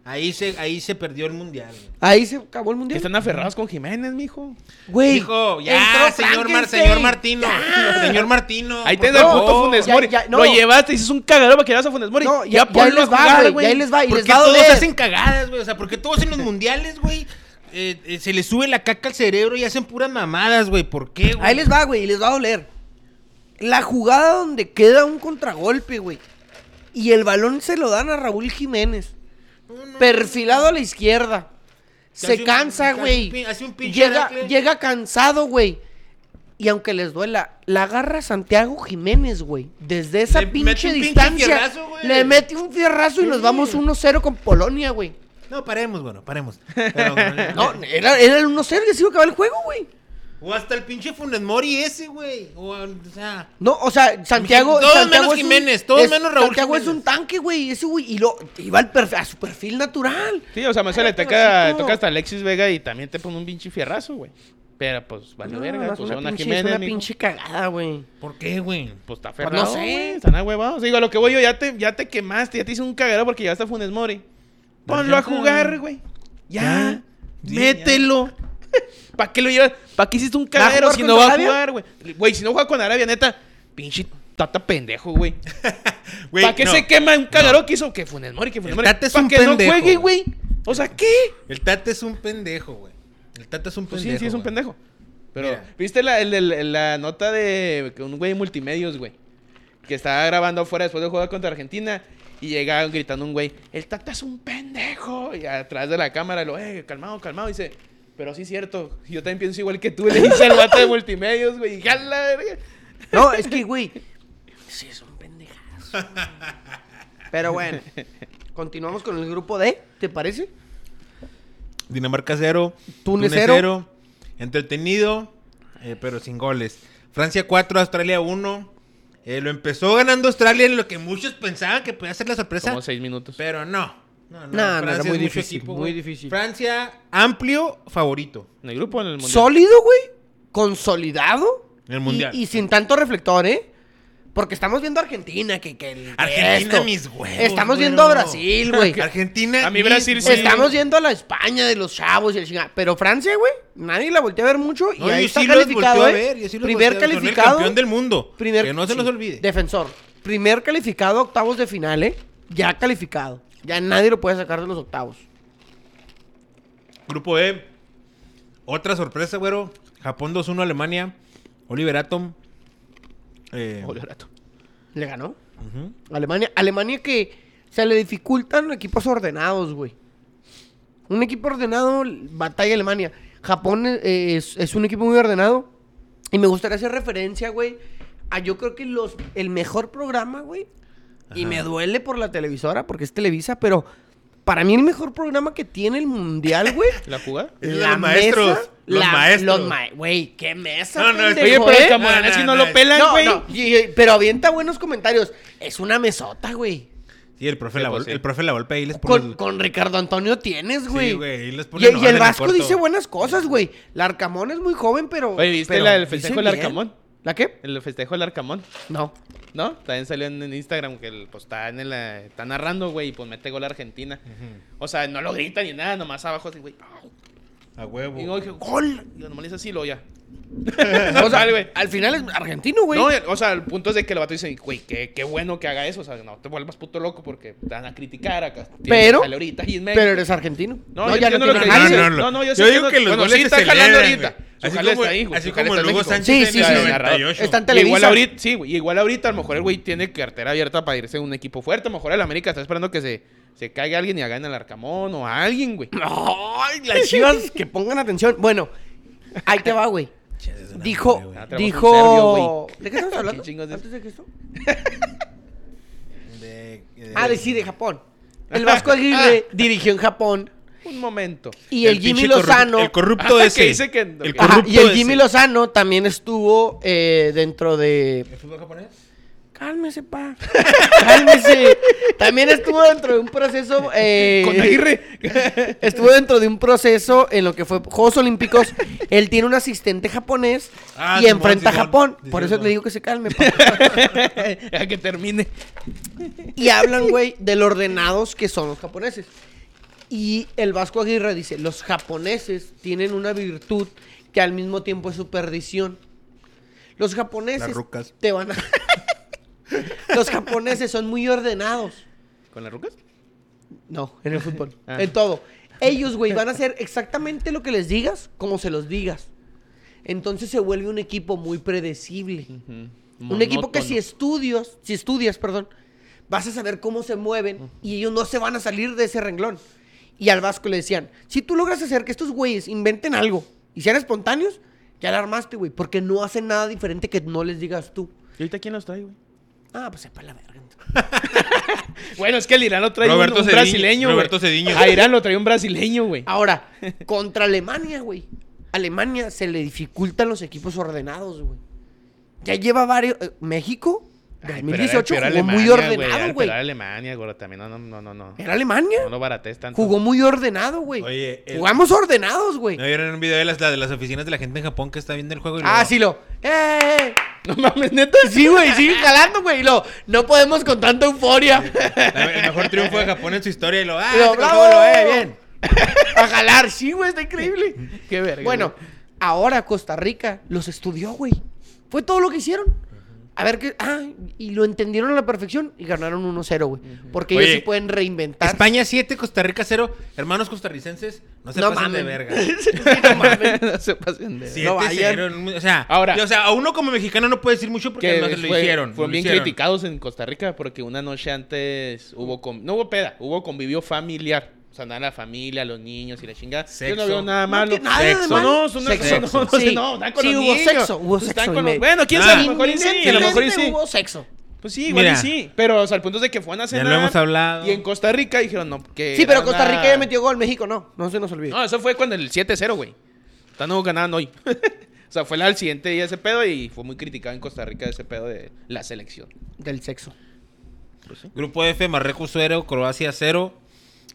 D: Ahí se, ahí se perdió el mundial. güey.
C: Ahí se acabó el
A: Que
C: mundial.
A: Están aferrados con Jiménez, mijo.
C: Güey.
D: Dijo, ya,
C: entró
D: señor, Mar-
C: Frankenstein.
D: señor Martino. Señor Martino.
A: Ahí
D: por
A: tienes el
D: favor.
A: puto Funes
C: ya-
A: Mori.
C: ya- no.
A: Lo llevaste y dices un cagadero para que llevas a Funes Mori.
C: No, ya,
A: ya,
C: ya
A: ponlo
C: ahí les
A: a jugar,
C: va, güey.
A: güey.
C: Ya ahí les va. Y
D: ¿Por
C: les
D: qué
C: va a
D: todos
C: doler.
D: hacen cagadas, güey? O sea, ¿por qué todos en los mundiales, güey? eh, eh, se les sube la caca al cerebro y hacen puras mamadas, güey. ¿Por qué, güey?
C: Ahí les va, güey. Y les va a doler. La jugada donde queda un contragolpe, güey. Y el balón se lo dan a Raúl Jiménez. Perfilado a la izquierda.
D: Hace
C: Se
D: un-
C: cansa,
D: hace un
C: güey.
D: pin- hace un pinche
C: Llega,
D: Heracle.
C: llega cansado, güey. Y aunque les duela, la agarra Santiago Jiménez, güey. Desde esa
D: Le mete
C: pinche
D: un pinche
C: distancia.
D: fierrazo, güey.
C: le mete un fierrazo y nos
D: Sí.
C: vamos 1-0 con Polonia, güey.
D: No, paremos, bueno, paremos. Pero, güey,
C: No, era, era el 1-0 y así iba a acabar el juego, güey.
D: O hasta el pinche Funes Mori ese, güey. O, al- o sea,
C: No, o sea, Santiago.
D: Todos
C: Santiago
D: menos
C: es un-
D: Jiménez, todos
C: es-
D: menos Raúl
C: Santiago es
D: Jiménez.
C: un tanque, güey. Ese güey. Y lo iba al perfil, a su perfil natural.
A: Sí, o sea, más se le
C: Cállate,
A: toca,
C: hocico.
A: toca hasta Alexis Vega y también te pone un pinche fierrazo, güey. Pero pues, vale
C: No,
A: verga.
C: más
A: Pues,
C: una
A: una
C: pinche,
A: Jiménez,
C: es una
A: mijo.
C: pinche cagada, güey.
D: ¿por qué, güey?
A: Pues está
C: Pues, no
A: aferrado,
C: sé.
A: güey. Están ahuevados. Digo, a lo que voy yo, ya te, ya te quemaste, ya te hice un cagadero porque llegaste a Funes Mori. Ponlo a
D: Ajá.
A: jugar, güey. Ya.
D: Sí,
A: mételo. ¿Para qué lo llevas? ¿Para qué hiciste un cagadero
C: jugar
A: si
C: contra
A: no va a
C: Arabia?
A: jugar, güey? Güey, si no juega con Arabia, neta, pinche tata pendejo, güey.
D: Güey,
A: ¿Para qué
D: no.
A: se quema un cagadero que hizo que Funes Mori, que Funes
D: El
A: Mori?
D: Tata es
A: ¿Para
D: un
A: que
D: pendejo,
A: no juegue,
D: güey.
A: güey? O sea, ¿qué?
D: El Tata es un pendejo, güey. El Tata es un
A: Pues
D: pendejo.
A: sí, sí, es un
D: güey.
A: pendejo. Pero,
D: Mira.
A: ¿viste la, el- el- la nota de un güey de multimedios, güey? Que estaba grabando afuera después de jugar contra Argentina y llega gritando un güey, el Tata es un pendejo. Y atrás de la cámara lo, eh, calmado, calmado. Dice, pero sí es cierto, yo también pienso igual que tú. Le dice al vato de multimedios, güey, y jala, verga.
C: No, es que, güey. Sí, son pendejadas. güey. Pero bueno, continuamos con el grupo D, ¿te parece?
D: Dinamarca cero.
C: Túnez cero.
D: Entretenido, eh, pero sin goles. Francia 4, Australia 1. lo empezó ganando Australia en lo que muchos pensaban que podía ser la sorpresa.
A: Como seis minutos.
D: Pero no.
C: No,
D: No,
C: no, era
D: Francia es
C: muy
D: mucho
C: difícil, muy
D: güey.
C: difícil.
D: Francia, amplio favorito.
A: En el grupo o en el mundial.
C: Sólido, güey. Consolidado.
D: En el mundial.
C: Y, y sin tanto reflector, ¿eh? Porque estamos viendo a Argentina, que, que el- que
D: Argentina,
C: esto.
D: mis huevos.
C: Estamos
D: güey,
C: viendo a
D: no.
C: Brasil, güey.
D: Argentina.
A: A mí
D: mis
A: Brasil sí.
D: huevos.
C: Estamos yendo a la España de los chavos y el chingada. Pero Francia, güey, nadie la voltea a ver mucho. Y
D: No,
C: ahí
D: yo
C: está
D: sí los
C: calificado,
D: volteo a
C: ¿eh?
D: ver, yo sí los
C: Primer
D: volteo a ver. Son
C: calificado.
D: El campeón del mundo.
C: primer-
D: que no se
C: sí,
D: los olvide.
C: Defensor. Primer calificado, a octavos de final, ¿eh? Ya calificado. Ya nadie lo puede sacar de los octavos.
D: Grupo E. Otra sorpresa, güero. Japón 2-1 Alemania. Oliver Atom. Eh,
A: Ole, rato.
C: Le ganó.
D: ujú.
C: Alemania. Alemania que se le dificultan equipos ordenados, güey. Un equipo ordenado, batalla Alemania. Japón eh, es, es un equipo muy ordenado. Y me gustaría hacer referencia, güey, a yo creo que los, el mejor programa, güey. Y me duele por la televisora, porque es Televisa, pero para mí el mejor programa que tiene el mundial, güey.
A: ¿La jugada?
D: Es la de maestros, los maestros.
C: Los ma- güey, qué mesa.
D: No, no, es-
A: Oye,
C: pendejo,
A: pero el
C: ¿eh?
A: Camoranesi
D: No,
A: no
D: no,
A: lo
D: no.
A: pelan,
C: No,
A: güey.
C: no, y- y- pero avienta buenos comentarios. Es una mesota, güey.
D: Sí, el profe,
A: Sí,
D: la,
A: pues,
D: Vol-
A: sí.
D: el profe la golpea y les pone.
C: Con,
D: el-
C: con Ricardo Antonio tienes, güey.
D: Sí, güey, y les
C: y,
D: pone
C: y
D: orden
C: el
D: en
C: Vasco
D: corto.
C: dice buenas cosas, güey. Larcamón es muy joven, pero.
A: Oye, ¿viste
C: pero
A: la del
C: dice
A: festejo del
C: bien.
A: Arcamón?
C: ¿La qué?
A: El festejo del Arcamón,
C: No.
A: ¿no? También salió en, en Instagram que el, pues, está, en la, está narrando, güey, y pues mete gol a Argentina. O sea, no lo gritan ni nada, nomás abajo así, güey. Y
D: A
A: yo
D: huevo.
A: dije, gol. Y yo nomás le hice así, lo ya. no
C: O sea,
A: sale, güey.
C: al final es argentino, güey.
A: No, o sea, el punto es de que el vato dice, güey, qué, qué bueno que haga eso. O sea, no te vuelvas puto loco porque te van a criticar acá. Tienes
C: Pero-
A: que salir ahorita y en México.
C: pero eres argentino.
A: No, yo entiendo lo que
C: tiene nada
A: dices.
C: ver.
A: No, no, yo sí entiendo- bueno, sí está jalando ahorita.
D: güey.
A: Ojalá
D: Así como,
A: esté ahí, güey.
D: así
A: Ojalá
D: como
A: esté
D: el
A: en
D: Hugo
A: México.
D: Sánchez
C: Sí,
D: en
C: sí,
D: el
C: sí.
D: 98.
C: Está
A: Y
C: en
A: Igual
C: Televisa.
A: ahorita, sí, güey, igual ahorita a lo mejor el güey tiene cartera abierta para irse a un equipo fuerte. A lo mejor el América está esperando que se, se caiga alguien y haga en el Arcamón o a alguien, güey.
C: Ay, las chivas, que pongan atención. Bueno, ahí te va, güey. Dijo,
A: Ah, trabajo un serbio,
C: dijo... ¿De qué estamos hablando?
A: ¿Qué chingos es?
C: ¿Antes de que esto? Ah, de sí, de Japón. El Vasco Aguirre
A: Ah.
C: dirigió en Japón
A: Un momento.
C: y el, Jimmy
D: pinche corrup-
C: Lozano...
D: El corrupto
A: Ah,
D: ese.
A: que dice que-
D: El
A: Ajá,
C: Ajá,
D: corrupto
C: y el
D: ese.
C: Jimmy Lozano también estuvo eh, dentro de...
D: ¿El fútbol japonés?
C: Cálmese, pa. Cálmese. También estuvo dentro de un proceso... eh,
A: Con Aguirre.
C: Estuvo dentro de un proceso en lo que fue Juegos Olímpicos. Él tiene un asistente japonés
D: Ah,
C: y
D: Simón,
C: enfrenta a
D: Simón.
C: Japón.
D: Sí,
C: Por eso
D: cierto.
C: le digo que se calme. papá.
A: a que termine.
C: y hablan, güey, de lo ordenados que son los japoneses. Y el Vasco Aguirre dice, los japoneses tienen una virtud que al mismo tiempo es su perdición. Los
D: Las
C: japoneses
D: rucas.
C: te van a... los japoneses son muy ordenados.
A: ¿Con las rucas?
C: No, en el fútbol.
A: Ah.
C: En todo. Ellos, güey, van a hacer exactamente lo que les digas, como se los digas. Entonces se vuelve un equipo muy predecible. Un equipo que si estudias, si estudias, perdón, vas a saber cómo se mueven y ellos no se van a salir de ese renglón. Y al Vasco le decían, si tú logras hacer que estos güeyes inventen algo y sean espontáneos, ya la armaste, güey, porque no hacen nada diferente que no les digas tú.
A: ¿Y ahorita quién los trae, güey?
C: Ah, pues sepa la verga.
A: Bueno, es que el Irán lo trae un-
D: Roberto
A: un,
D: Cediño-
A: brasileño, güey.
D: Roberto Cediño.
A: A Irán lo trae un brasileño, güey.
C: Ahora, contra Alemania, güey. Alemania se le dificultan los equipos ordenados, güey. Ya lleva varios. eh, México,
A: Ay,
C: 2018, jugó
A: pero era el peor
C: muy
A: Alemania,
C: ordenado,
A: al
C: güey.
A: peor Alemania, güey, también. No, no, no, no. No,
C: Era Alemania.
A: no lo barates tanto.
C: Jugó muy ordenado, güey.
D: Oye, el-
C: Jugamos ordenados, güey.
D: ¿No vieron un video de las, la- de las oficinas de la gente en Japón que está viendo el juego? Y
C: ah,
D: luego-
C: sí, lo. ¡Eh!
A: No mames, neta.
C: Sí, güey, sigue jalando, güey. y Lo, no podemos con tanta euforia.
D: La- el mejor triunfo de Japón en su historia y lo... ¡Ah,
C: Y lo,
D: se
C: ¡bravo!
D: colgó, lo, eh, bien!
C: A jalar, sí, güey, está increíble.
A: Qué verga.
C: Bueno,
A: güey.
C: ahora Costa Rica los estudió, güey. Fue todo lo que hicieron. A ver qué. Ah, y lo entendieron a la perfección y ganaron 1-0, güey. Porque ellos
D: Oye,
C: sí pueden reinventar.
D: España 7, Costa Rica 0. Hermanos costarricenses, no se
C: No
D: pasen de
C: mamen.
D: verga.
A: no se pasen de.
C: No vayan.
D: 7-0. en un- o sea,
A: Ahora-
D: y, o sea, a uno como mexicano no puede decir mucho porque
A: que
D: no se lo
A: fue-
D: hicieron.
A: Fueron
D: lo
A: bien
D: hicieron.
A: criticados en Costa Rica porque una noche antes hubo con, no hubo peda, hubo convivio familiar. O sea, nada, la familia, los niños y la chingada. Yo no
D: Sexo.
A: veo nada
C: No
A: malo.
C: tiene nada de
A: sexo.
C: malo.
A: No, son una-
C: Sexo.
A: no, no,
C: Sí.
A: no, están con
C: Sí,
A: los
C: hubo
A: niños.
C: sexo, hubo
A: Están
C: sexo
A: con
C: y
A: los-
C: me-
A: Bueno, quién
D: Ah.
A: sabe, a lo mejor y sí, a lo mejor y sí.
C: hubo sexo.
A: Pues sí, igual y
D: Mira.
A: sí. Pero, o sea, el punto es de que fue a
D: Ya lo hemos hablado.
A: Y en Costa Rica dijeron, no, que.
C: Sí, pero
A: era
C: Costa
A: una-
C: Rica ya metió gol, México no. No se nos olvide.
A: No, eso fue cuando el 7-0, güey. Están no ganando hoy. o sea, fue el- al siguiente día ese pedo y fue muy criticado en Costa Rica ese pedo de la selección.
C: Del sexo.
D: Grupo F, Marruecos 0, Croacia 0,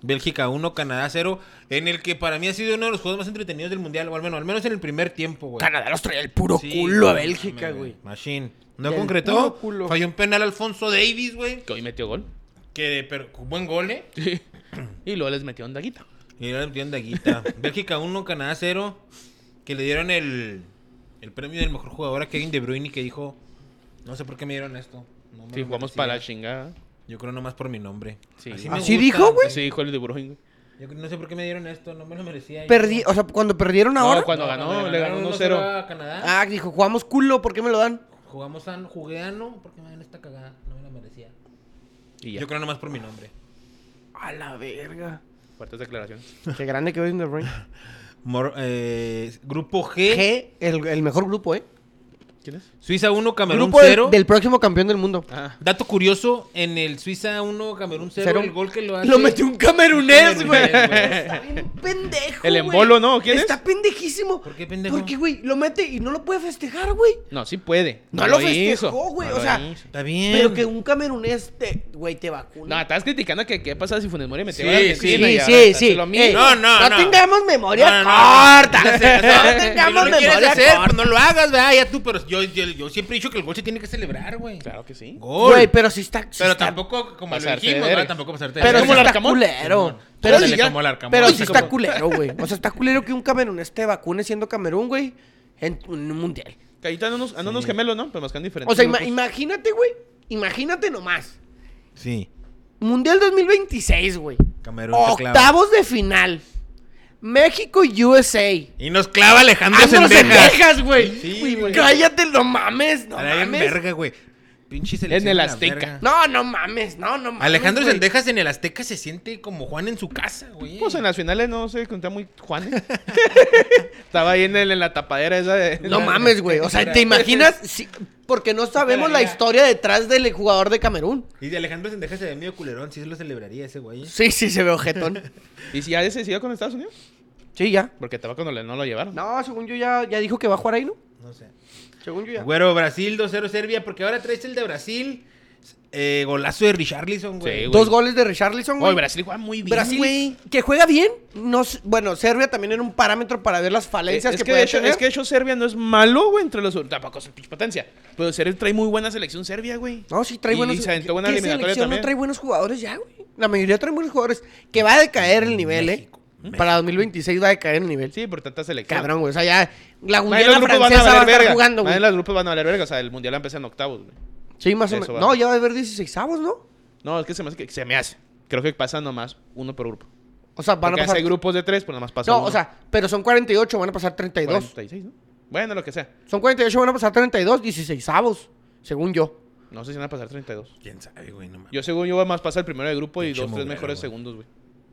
D: Bélgica 1, Canadá 0. En el que para mí ha sido uno de los juegos más entretenidos del mundial. O al menos, al menos en el primer tiempo, güey.
C: Canadá los traía el puro
D: Sí,
C: culo a
D: no
C: Bélgica,
D: mames,
C: güey.
D: Machine.
C: Del
D: No
C: puro
D: concretó.
C: culo.
D: Falló un penal Alfonso Davis, güey.
A: Que hoy metió gol.
D: Que pero, buen gol, ¿eh?
A: Y luego les metió onda guita.
D: Y ahora metieron daguita. Bélgica 1, Canadá 0. Que le dieron el, el premio del mejor jugador a Kevin De Bruyne que dijo, no sé por qué me dieron esto. No me
A: Sí,
D: lo
A: jugamos
D: merecía.
A: para la chingada.
D: Yo creo nomás por mi nombre.
A: Sí.
D: me
C: ¿Así
D: gusta.
C: dijo, güey?
A: Sí, dijo el de Bruyne. güey.
D: Yo no sé por qué me dieron esto, no me lo merecía.
C: Perdí, o sea, cuando perdieron ahora.
A: No, cuando ganó, le ganó 1-0.
D: a Canadá.
C: Ah, dijo, jugamos culo, ¿por qué me lo dan?
D: Jugamos a, jugué a no, porque me dieron esta cagada, no me la merecía.
A: Y ya.
D: Yo creo nomás por mi nombre.
C: A la verga.
A: Fuertes declaraciones.
C: Qué grande que en The Ring.
D: Mor- eh, grupo G,
C: G, el, el mejor grupo, ¿eh?
A: ¿Quién es?
D: Suiza 1, Camerún
C: Grupo del-
D: 0.
C: del próximo campeón del mundo.
A: Ah,
D: Dato curioso, en el Suiza 1, Camerún 0,
C: Cero.
D: el gol que lo hace...
C: Lo metió un camerunés, güey.
D: Camerunés, güey.
C: Está bien pendejo.
A: El
C: güey.
A: embolo, ¿no? ¿Quién es?
C: Está pendejísimo. ¿Por
D: qué pendejo?
C: Porque, güey, lo mete y no lo puede festejar, güey.
A: no, sí puede.
C: No lo festejó, güey,
A: No
C: o
A: lo
C: sea,
A: hizo.
D: Está bien.
C: Pero que un camerunés, te, güey, te
A: No,
C: vacuna.
A: estabas criticando que qué pasa si Funes Mori metió
D: Sí,
A: gol a Argentina
D: sí,
A: y
C: sí,
A: ahora
C: sí,
A: está
C: sí.
A: lo mismo.
C: Ey,
D: No, no, no.
C: tengamos memoria corta.
D: No, no, no.
C: tengamos
D: Si no lo quieres
C: memoria
D: hacer,
C: corta.
D: pues no lo hagas, ¿verdad? Ya tú, pero yo, yo, yo siempre he dicho que el gol se tiene que celebrar, güey.
A: Claro que sí.
D: Gol.
C: Güey, pero si está. si
D: pero
C: está-
D: tampoco, como lo
A: Pasarte de
D: dijimos,
A: verga.
D: ¿verdad? Tampoco pasarte de
C: Pero
A: como
C: si
A: el
D: verga.
C: está
A: Arcamón.
C: culero.
D: Sí,
C: Pero
D: ándale,
C: si ya-
D: como el Arcamón.
C: pero
A: Sí,
C: si está
A: como-
C: culero, güey. O sea, está culero que un camerunés te vacune siendo Camerún, güey, en un mundial.
A: Que ahí están unos, andan unos gemelos, ¿no? Pero más que Pues, andan diferentes.
C: O sea, ima-
D: Pues-
A: grupos.
C: imagínate, güey. Imagínate nomás.
D: Sí.
C: Mundial 2026, güey.
D: Camerún te clava.
C: Octavos de final. México y USA.
D: Y nos clava Alejandro
C: Andros en
D: Sendejas.
C: Texas, güey.
D: Sí,
C: Güey,
D: güey.
C: Cállate, no mames, no
D: Trae en
C: mames.
D: verga, güey. Pinche selección.
A: el
D: de la
A: Azteca.
D: verga.
C: No, no mames, no, no mames.
D: Alejandro
C: güey.
D: Sendejas en el Azteca se siente como Juan en su casa, güey.
A: Pues en las finales no se contaba muy Juan. Estaba ahí en, el- en la tapadera esa de.
C: No mames, güey. O sea, ¿te imaginas? Sí, porque no sabemos la
D: Esperaría.
C: historia detrás del jugador de Camerún.
D: Y de Alejandro Sendejas se ve medio culerón, sí se lo celebraría ese güey.
C: Sí, sí, se ve ojetón.
A: ¿Y si ya se decidió con Estados Unidos?
C: Sí, ya.
A: Porque estaba cuando le- no lo llevaron.
C: No, según yo ya, ya dijo que va a jugar ahí, ¿no?
D: No sé.
C: Según yo ya.
D: Güero, Brasil 2-0 Serbia, porque ahora traes el de Brasil. eh, golazo de Richarlison, güey.
A: Sí, güey.
C: Dos goles de Richarlison,
A: Oye,
C: güey.
A: Brasil juega muy bien.
C: Brasil, que juega bien. No, s- bueno, Serbia también era un parámetro para ver las
A: Eh, Es
C: falencias
A: que,
C: que,
A: de
C: puede
A: hecho,
C: tener.
A: es que de hecho Serbia no es malo, güey, entre los. Tampoco es pinche potencia. Pero Serbia trae muy buena selección Serbia, güey.
C: No, sí trae
A: Y
C: buenos...
A: se aventó
C: ¿qué-
A: buena
C: qué
A: eliminatoria
C: selección
A: también.
C: no trae buenos jugadores ya, güey? La mayoría trae buenos jugadores. Que va a decaer el nivel, ¿eh?
D: México,
C: Para 2026 va a decaer el nivel.
A: Sí, por tanta selección.
C: Cabrón, güey. O sea, ya la
A: Nadie en los
C: Guyana
A: grupos van a
C: francesa va a
A: valer
C: estar
A: verga.
C: jugando,
A: Nadie
C: güey.
A: en los grupos van a valer verga. O sea, el mundial empieza en octavos, güey.
C: Sí, más o
A: Eso
C: menos.
A: va.
C: No, ya va a haber 16 avos, ¿no?
A: No, es que se me hace que se me hace. Creo que pasa nomás uno por grupo.
C: O sea, van
A: Porque
C: a pasar...
A: hace grupos de tres, pues nomás pasa
C: No,
A: uno.
C: o sea, pero son 48, van a pasar 32.
A: 46, ¿no? Bueno, lo que sea.
C: Son 48, van a pasar 32, 16 avos, según yo.
A: No sé si van a pasar 32.
D: ¿Quién sabe, güey? No mames.
A: Yo según yo voy más pasa el primero de grupo y
D: Pinche
A: dos, tres
D: mugrero,
A: mejores
D: güey.
A: segundos, güey.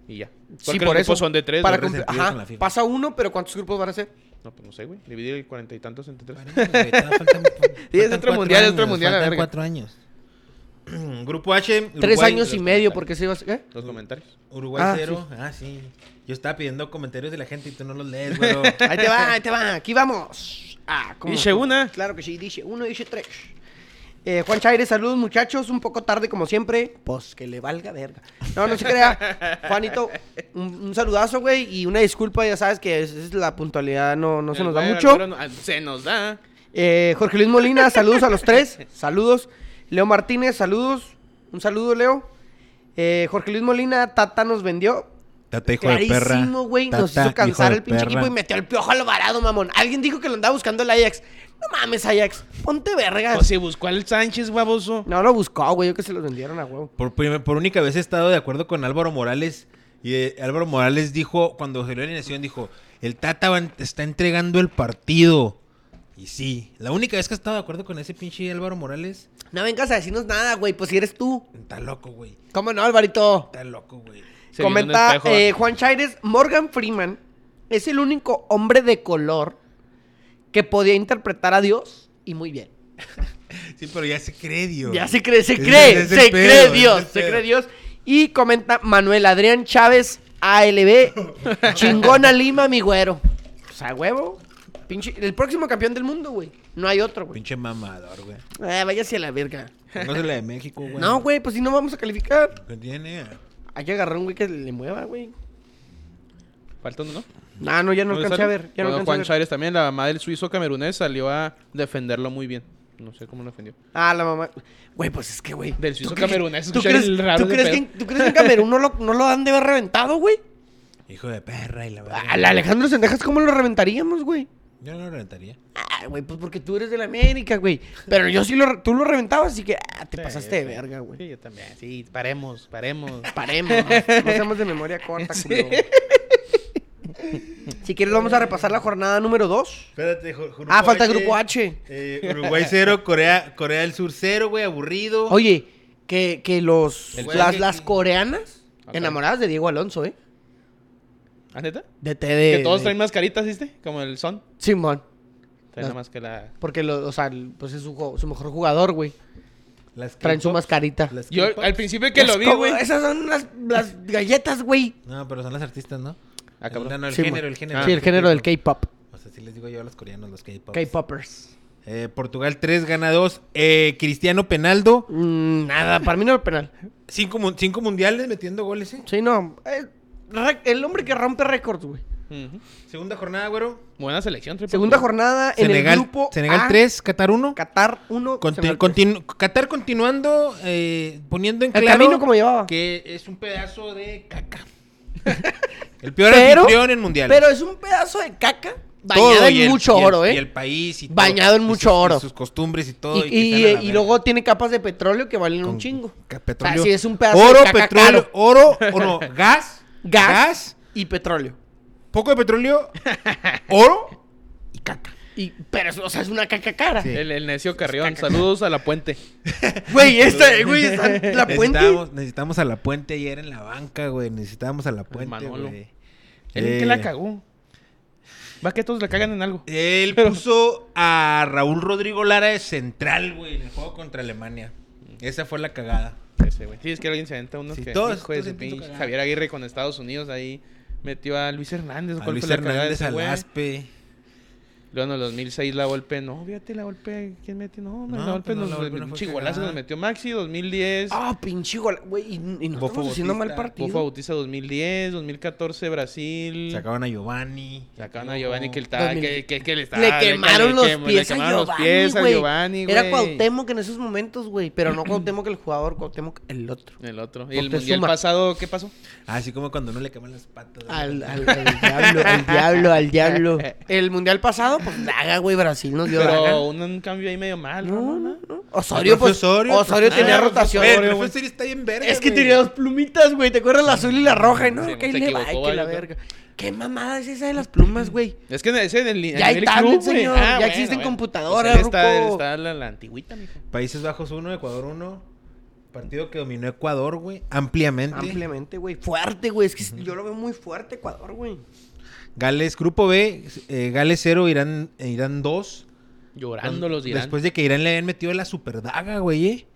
A: Y ya.
C: Sí,
A: Porque
C: por
A: los
C: eso.
A: grupos son de tres,
C: Para
A: güey.
D: habrá
C: comple-
D: sentido con la
C: Ajá,
D: FIFA.
C: pasa uno, pero ¿cuántos grupos van a ser?
A: No, pues no sé, güey. Dividir el cuarenta y tantos entre tres.
D: Paremos, güey, todavía faltan- faltan
A: otro
D: cuatro
A: mundial, es otro
D: años,
A: mundial, la
D: faltan
A: verga.
D: cuatro años. Grupo H.
C: Tres
D: Uruguay-
C: años y
A: los
C: medio,
A: comentarios.
C: porque se iba a ser... ¿eh?
A: Los comentarios.
D: Uruguay
C: Ah,
D: 0. Ah, sí. Yo estaba pidiendo comentarios de la gente y tú no los lees, güero.
C: Ahí te va, ahí te va, aquí vamos. Ah, ¿cómo?
A: Dice una.
C: Claro que sí, dice uno, dice tres. Eh, Juan Chaire, saludos muchachos, un poco tarde como siempre. Pues que le valga verga. No, no se crea. Juanito, un, un saludazo, güey, y una disculpa, ya sabes que es, es la puntualidad, no, no se
A: El
C: nos da
A: güey,
C: mucho.
A: el güey, ah, Se nos da.
C: Eh, Jorge Luis Molina, saludos a los tres. Saludos. Leo Martínez, saludos. Un saludo, Leo. Eh, Jorge Luis Molina, Tata nos vendió.
D: Tata, hijo de perra.
C: Clarísimo, güey. Nos
D: Tata,
C: hizo cansar
D: hijo de
C: el pinche
D: perra.
C: equipo y metió el piojo Alvarado, mamón. Alguien dijo que lo andaba buscando el Ajax. No mames, Ajax. Ponte vergas.
D: Pues
A: O si buscó al Sánchez, guaboso.
C: No lo buscó, güey. Yo que se los vendieron a huevo.
D: Por, primer- por única vez he estado de acuerdo con Álvaro Morales. Y eh, Álvaro Morales dijo, cuando salió la alineación, dijo, el Tata va en- está entregando el partido. Y sí, la única vez que he estado de acuerdo con ese pinche Álvaro Morales,
C: No vengas a decirnos nada, güey. Pues si eres tú.
D: está loco, güey.
C: ¿Cómo no, Alvarito?
D: Está loco, güey.
A: Se
C: Comenta
A: vio en un espejo.
C: eh, Juan Chaires, Morgan Freeman es el único hombre de color que podía interpretar a Dios y muy bien.
D: Sí, pero ya se cree, Dios.
C: Ya se cree, se
D: Ese-
C: cree,
D: ese
C: se
D: pedo,
C: cree
D: ese
C: Dios, se
D: pedo.
C: cree Dios. Y comenta Manuel Adrián Chávez, ALB, chingona Lima, mi güero. O sea, huevo. Pinche, el próximo campeón del mundo, güey. No hay otro, güey.
D: Pinche mamador, güey.
C: Ah, váyase a la verga.
D: No es la de México, güey.
C: No, güey, pues si no vamos a calificar.
D: ¿Qué tiene?
C: Hay que agarrar un güey que le mueva, güey. Ah,
A: Falta uno, ¿no?
C: No, no, ya no
A: ¿Dónde
C: alcancé a
A: sale?
C: ver. Ya
A: Bueno,
C: no alcancé a
A: Juan
C: ver.
A: Chávez también, la madre del suizo camerunés, salió a defenderlo muy bien. No sé cómo lo defendió.
C: Ah, la mamá. Güey, pues es que, güey.
A: Del
C: ¿tú
A: suizo
C: crees-
A: camerunés,
C: ¿Tú
A: escuchar
C: crees,
A: el raro
C: ¿tú
A: de
C: crees que, en- ¿tú crees que en Camerún no lo, no lo han de haber reventado, güey?
D: Hijo de perra y la verdad.
C: Al Alejandro Sendejas, ¿cómo lo reventaríamos, güey?
D: Yo no lo rentaría.
C: Ah, güey, pues porque tú eres de la América, güey. Pero yo sí lo. re- Tú lo reventabas, así que. Ah, te pasaste de verga, güey.
A: Sí, yo también. Sí, paremos, paremos.
C: Paremos. No seamos de memoria corta, culo. Si quieres, vamos a repasar la jornada número 2.
D: Espérate, ju- grupo
C: Ah, falta el grupo H.
D: Eh, Uruguay 0, Corea, Corea del Sur 0, güey, aburrido.
C: Oye, que, que los.
D: El
C: Las,
D: güey-
C: las coreanas
A: Ok.
C: enamoradas de Diego Alonso, ¿eh?
A: ¿Ah, neta?
C: De té
A: Que
C: de.
A: todos
C: de-
A: traen mascaritas, ¿viste? Como el son.
C: Simón.
A: Trae nada
C: eh. Las-
A: más que la.
C: Porque, lo- o sea, el- pues es su, jo- su mejor jugador, güey.
D: Las
C: Traen su
D: K-pop,
C: mascarita.
D: las
A: Yo
D: K-pop.
A: al principio que lo
C: Es
A: vi,
C: como-
A: güey.
C: Esas son las, las galletas, güey.
D: No, pero son las artistas, ¿no?
A: Ah, cabrón.
D: No, no, el
C: Sí,
D: género,
C: mo-
D: el género.
A: Ah,
C: sí, el género del K-pop.
D: O sea, sí les digo yo a los coreanos, los K-pop.
C: K-popers.
D: Eh, Portugal 3, gana 2. Eh, Cristiano Penaldo,
C: Mm, nada, para mí no era penal.
D: 5 mundiales metiendo goles, ¿eh?
C: Sí, no. eh, re- el hombre que rompe récords, güey.
A: Ujú.
D: Segunda jornada, güero.
A: Buena selección, triple.
C: Segunda jornada en
D: Senegal,
C: el grupo
D: Senegal
C: A,
D: 3, Qatar 1.
C: Qatar 1.
D: Conti- continu- Qatar continuando eh, poniendo en
C: El
D: claro
C: camino como llevaba.
D: que es un pedazo de caca. el peor
C: Pero-
D: anfitrión en mundial.
C: Pero es un pedazo de caca
D: Todo,
C: bañada en
D: y el-
C: mucho
D: y el-
C: oro, ¿eh?
D: Y el país y todo.
C: Bañado en
D: Y
C: mucho
D: sus-
C: oro.
D: Y sus costumbres y todo.
C: Y,
D: que
C: y-
D: están a la
C: y
D: verga.
C: luego tiene capas de petróleo que valen
D: Con
C: un chingo.
D: ca- Petróleo.
C: O sea, sí, es un pedazo
D: oro,
C: de caca
D: petróleo,
C: caro.
D: oro, o no, gas,
C: Gas,
D: gas,
C: y petróleo.
D: poco de petróleo, oro y caca.
C: Y, pero, es- o sea, es una caca cara.
D: Sí.
A: El, el necio Carrión. Saludos a la puente.
C: Güey, esta, güey, esta- la puente.
D: Necesitamos, necesitamos a la puente ayer en la banca, güey. Necesitábamos a la puente,
A: Manolo.
D: güey.
A: ¿Él en
D: Eh,
A: qué la cagó? Va que todos la cagan en algo.
D: Él puso a Raúl Rodrigo Lara de central, güey, en el juego contra Alemania. Esa fue la cagada.
A: Ese, güey. Sí, es que alguien se aventa unos
D: Sí,
A: que.
D: todos-
A: hijo de
D: todos
A: su
D: en pinche
A: pinche
D: cagada.
A: Javier Aguirre con Estados Unidos ahí. Metió a Luis Hernández.
D: A
A: ¿cuál
D: Luis
A: fue la cagada de
D: Hernández
A: ese güey?
D: Alaspe.
A: Luego en el 2006 la golpe, no, fíjate la golpe, ¿quién metió? No, no,
D: No,
A: la golpe
D: pues no,
A: nos
D: La Volpe no
A: un
D: fue
A: chigolazo
D: cagada.
A: nos metió Maxi, 2010,
C: Ah, pinche gol. Güey, y, y nos
D: Bofo
C: estamos haciendo mal
D: Bautista,
C: partido.
A: Bofo Bautista 2010, 2014 Brasil,
D: Sacaban a Giovanni.
A: sacaban a Giovanni que, él estaba-
C: 2000.
A: que, que, que le estaba,
C: Le quemaron los
A: quem- le
C: pies a
A: quemaron los
C: Giovanni,
A: pies a
C: güey.
A: Giovanni,
C: Era
A: güey.
C: Cuauhtémoc en esos momentos, güey. Pero no Cuauhtémoc el jugador, Cuauhtémoc el otro.
A: El otro. ¿Y el
C: Moctezuma.
A: mundial pasado qué pasó?
D: Ah, Así como cuando no le queman las patas. güey.
C: Al, al- al diablo, al diablo, al diablo. El mundial pasado, pues naga, güey, Brasil nos dio daga.
A: Pero un, un cambio ahí medio mal, ¿no?
C: No, no,
A: no.
C: no. Osorio,
D: El
C: pues,
D: profe
C: Osorio,
D: pues,
C: tenía
D: ah,
C: rotación.
D: güey, el
C: güey.
D: profe Osorio está bien verga,
C: Es que
D: güey.
C: tenía dos plumitas, güey. ¿Te acuerdas la azul y la roja? No,
A: Sí,
C: que
A: se
C: le va,
A: equivocó,
C: ay, que la
A: vale,
C: verga. ¿Qué mamada es esa de las plumas, güey?
A: Es que en ese en el en
C: Ya hay
A: el
C: tablets,
A: güey. Ah,
C: señor, ya existen
A: él
C: computadoras,
A: Pues está, él
C: ruco.
A: está la, la antigüita, mijo.
D: Países Bajos 1, Ecuador 1. Partido que dominó Ecuador, güey. Ampliamente.
C: Ampliamente, güey. Fuerte, güey. Es que yo lo veo muy fuerte, Ecuador, güey.
D: Gales, grupo B. eh, Gales 0, Irán, eh, Irán 2.
A: Llorando
C: Pues,
A: los dirán.
D: Después de que Irán le habían metido la superdaga, güey. ¿eh?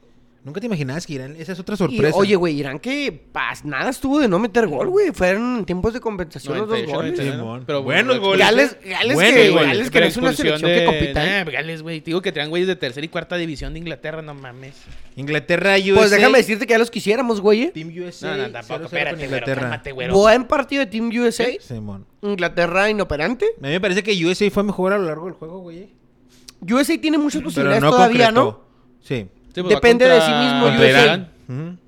D: Nunca te imaginabas que Irán. Esa es otra
C: Y,
D: sorpresa.
C: oye, güey, Irán que pas, nada estuvo de no meter gol, güey. Fueron en tiempos de compensación los dos
A: 98,
C: goles.
A: 99.
D: Simón.
A: Pero
D: Buenos
A: bueno,
D: goles.
C: Gales,
D: ¿eh?
C: Gales,
D: Buenos
C: que,
D: goles.
C: Gales que no es una
A: expulsión
C: selección que
A: de-
C: compita, ¿eh?
A: Nah, Gales, güey. Te digo que traen güeyes de tercera y cuarta división de Inglaterra, no mames.
D: Inglaterra, USA.
C: Pues déjame decirte que ya los quisiéramos, güey. ¿eh?
D: Team USA.
A: No, no, tampoco.
D: 0-0 con
A: Espérate, Inglaterra.
D: Inglaterra.
A: Cálmate, güero.
C: Buen partido de Team USA.
D: Simón.
C: Inglaterra inoperante.
D: A mí me parece que USA fue mejor a lo largo del juego, güey. ¿eh?
C: USA tiene muchas
D: Pero
C: posibilidades
D: no
C: Pues todavía,
D: concretó.
C: ¿no?
D: Sí.
A: Sí, pues, va
C: Depende de sí mismo,
A: contra
D: USA.
A: Irán.
D: Ujú.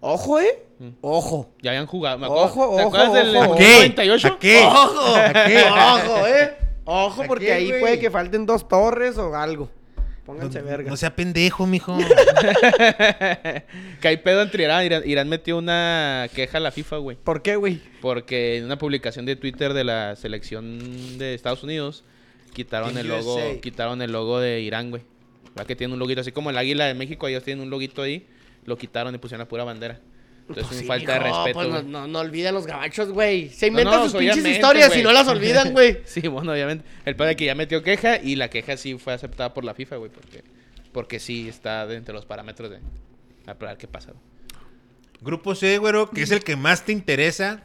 C: Ojo, ¿eh?
A: Mm.
C: Ojo.
A: Ya habían jugado. Me acuerdo.
C: Ojo,
A: ¿Te
C: ojo,
A: acuerdas del del
C: ojo.
D: ¿A qué?
A: 98?
D: ¿A qué?
C: Ojo. Ojo, ¿eh? Ojo,
D: ¿A
C: porque
D: qué,
C: ahí
D: güey?
C: puede que falten dos torres o algo. Pónganse verga.
D: No sea pendejo, mijo.
A: Que hay pedo entre Irán. Irán. Irán metió una queja a la FIFA, güey.
C: ¿Por qué, güey?
A: Porque en una publicación de Twitter de la selección de Estados Unidos quitaron
D: Team
A: el logo,
D: USA.
A: quitaron el logo de Irán, güey. ¿Verdad que tiene un loguito así como el águila de México, ellos tienen un loguito ahí, lo quitaron y pusieron la pura bandera. Entonces
C: Pues
A: es
C: sí,
A: una falta de
C: no,
A: respeto.
C: pues no,
A: güey.
C: no, no olviden los gabachos, güey. Se
A: No,
C: inventan
A: no, pues
C: sus pinches
A: obviamente,
C: historias
A: güey.
C: y no las olvidan, güey.
A: Sí, bueno, obviamente. El padre que ya metió queja y la queja sí fue aceptada por la FIFA, güey, porque porque sí está dentro de los parámetros de a ver qué pasa. güey.
D: Grupo C, güero, que es el que más te interesa.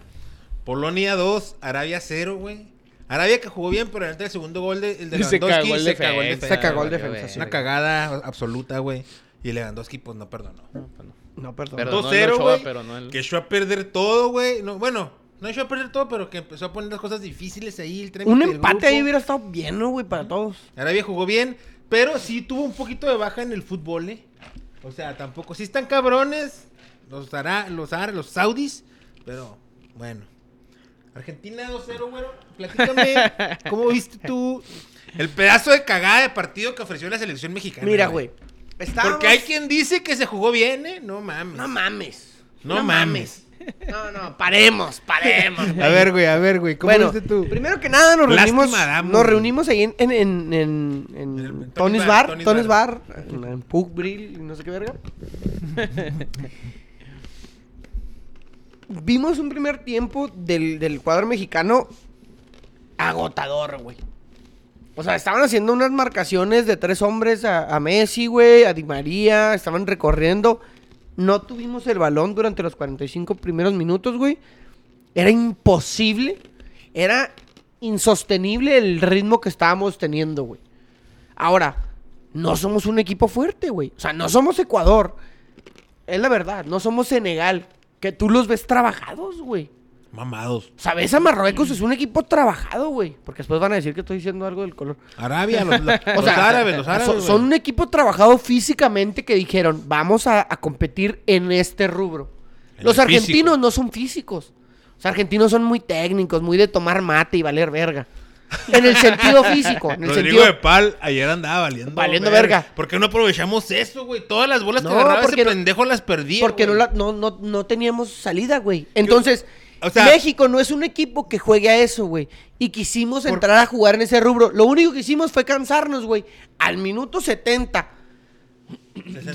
D: Polonia 2, Arabia 0, güey. Arabia que jugó bien, pero antes el segundo gol de, el de
A: Y se
D: Lewandowski
A: cagó el
D: se cagó el
A: defensa.
D: defensa,
C: Se cagó el
A: valió
C: defensa,
A: verga.
D: Es una cagada absoluta, güey. Y Lewandowski, pues no perdonó.
A: Pues no.
C: No, perdón.
A: Perdón. Perdonó el
D: 2-0,
A: Ochoa,
D: güey.
A: pero no el-
D: Que echó a perder todo, güey. No, bueno, no echó a perder todo, pero que empezó a poner las cosas difíciles ahí. El trámite
C: Un
D: del
C: empate
D: grupo.
C: ahí hubiera estado bien, ¿no, güey? Para todos.
D: Arabia jugó bien, pero sí tuvo un poquito de baja en el fútbol, ¿eh? O sea, tampoco. Sí están cabrones los ara, los árabes, los saudis, pero bueno. Argentina 2-0, güero. Platícame, ¿cómo viste tú el pedazo de cagada de partido que ofreció la selección mexicana?
C: Mira, güey. Estábamos...
D: Porque hay quien dice que se jugó bien, ¿eh? No mames.
C: No mames.
D: No mames.
C: No, no, paremos, paremos.
D: A ver, güey, a ver, güey. ¿Cómo
C: bueno,
D: viste tú?
C: primero que nada nos
D: Lástima
C: reunimos,
D: damos,
C: nos
D: güey.
C: reunimos ahí en, en, en, en- en
D: el- en
C: Tony's
D: Tony's
C: Bar,
D: Bar,
C: Tony's,
D: Tony's
C: Bar, en, en Pug Brill, y no sé qué verga. Vimos un primer tiempo del, del cuadro mexicano agotador, güey. O sea, estaban haciendo unas marcaciones de tres hombres a, a Messi, güey, a Di María, estaban recorriendo. No tuvimos el balón durante los 45 primeros minutos, güey. Era imposible. Era insostenible el ritmo que estábamos teniendo, güey. Ahora, no somos un equipo fuerte, güey. O sea, no somos Ecuador. Es la verdad, no somos Senegal. Que tú los ves trabajados, güey.
D: Mamados.
C: O sea, ves a Marruecos, es un equipo trabajado, güey. Porque después van a decir que estoy diciendo algo del color.
D: Arabia, los, los- los
C: sea,
D: árabes, los árabes.
C: Son,
D: güey.
C: son un equipo trabajado físicamente que dijeron, vamos a, a competir en este rubro.
D: En
C: Los
D: el
C: argentinos
D: físico.
C: no son físicos. Los argentinos son muy técnicos, muy de tomar mate y valer verga. En el sentido físico, en el
D: Rodrigo
C: sentido...
D: de Pal ayer andaba valiendo.
C: Valiendo verga.
D: ¿Por qué no aprovechamos eso, güey? Todas las bolas
C: No,
D: que agarraba ese
C: porque no-
D: pendejo las perdía.
C: Porque no,
D: güey.
C: la- no, no, no teníamos salida, güey. Entonces,
D: o sea-
C: México no es un equipo que juegue a eso, güey. Y quisimos entrar a jugar en ese rubro. Lo único que hicimos fue cansarnos, güey. Al minuto 70.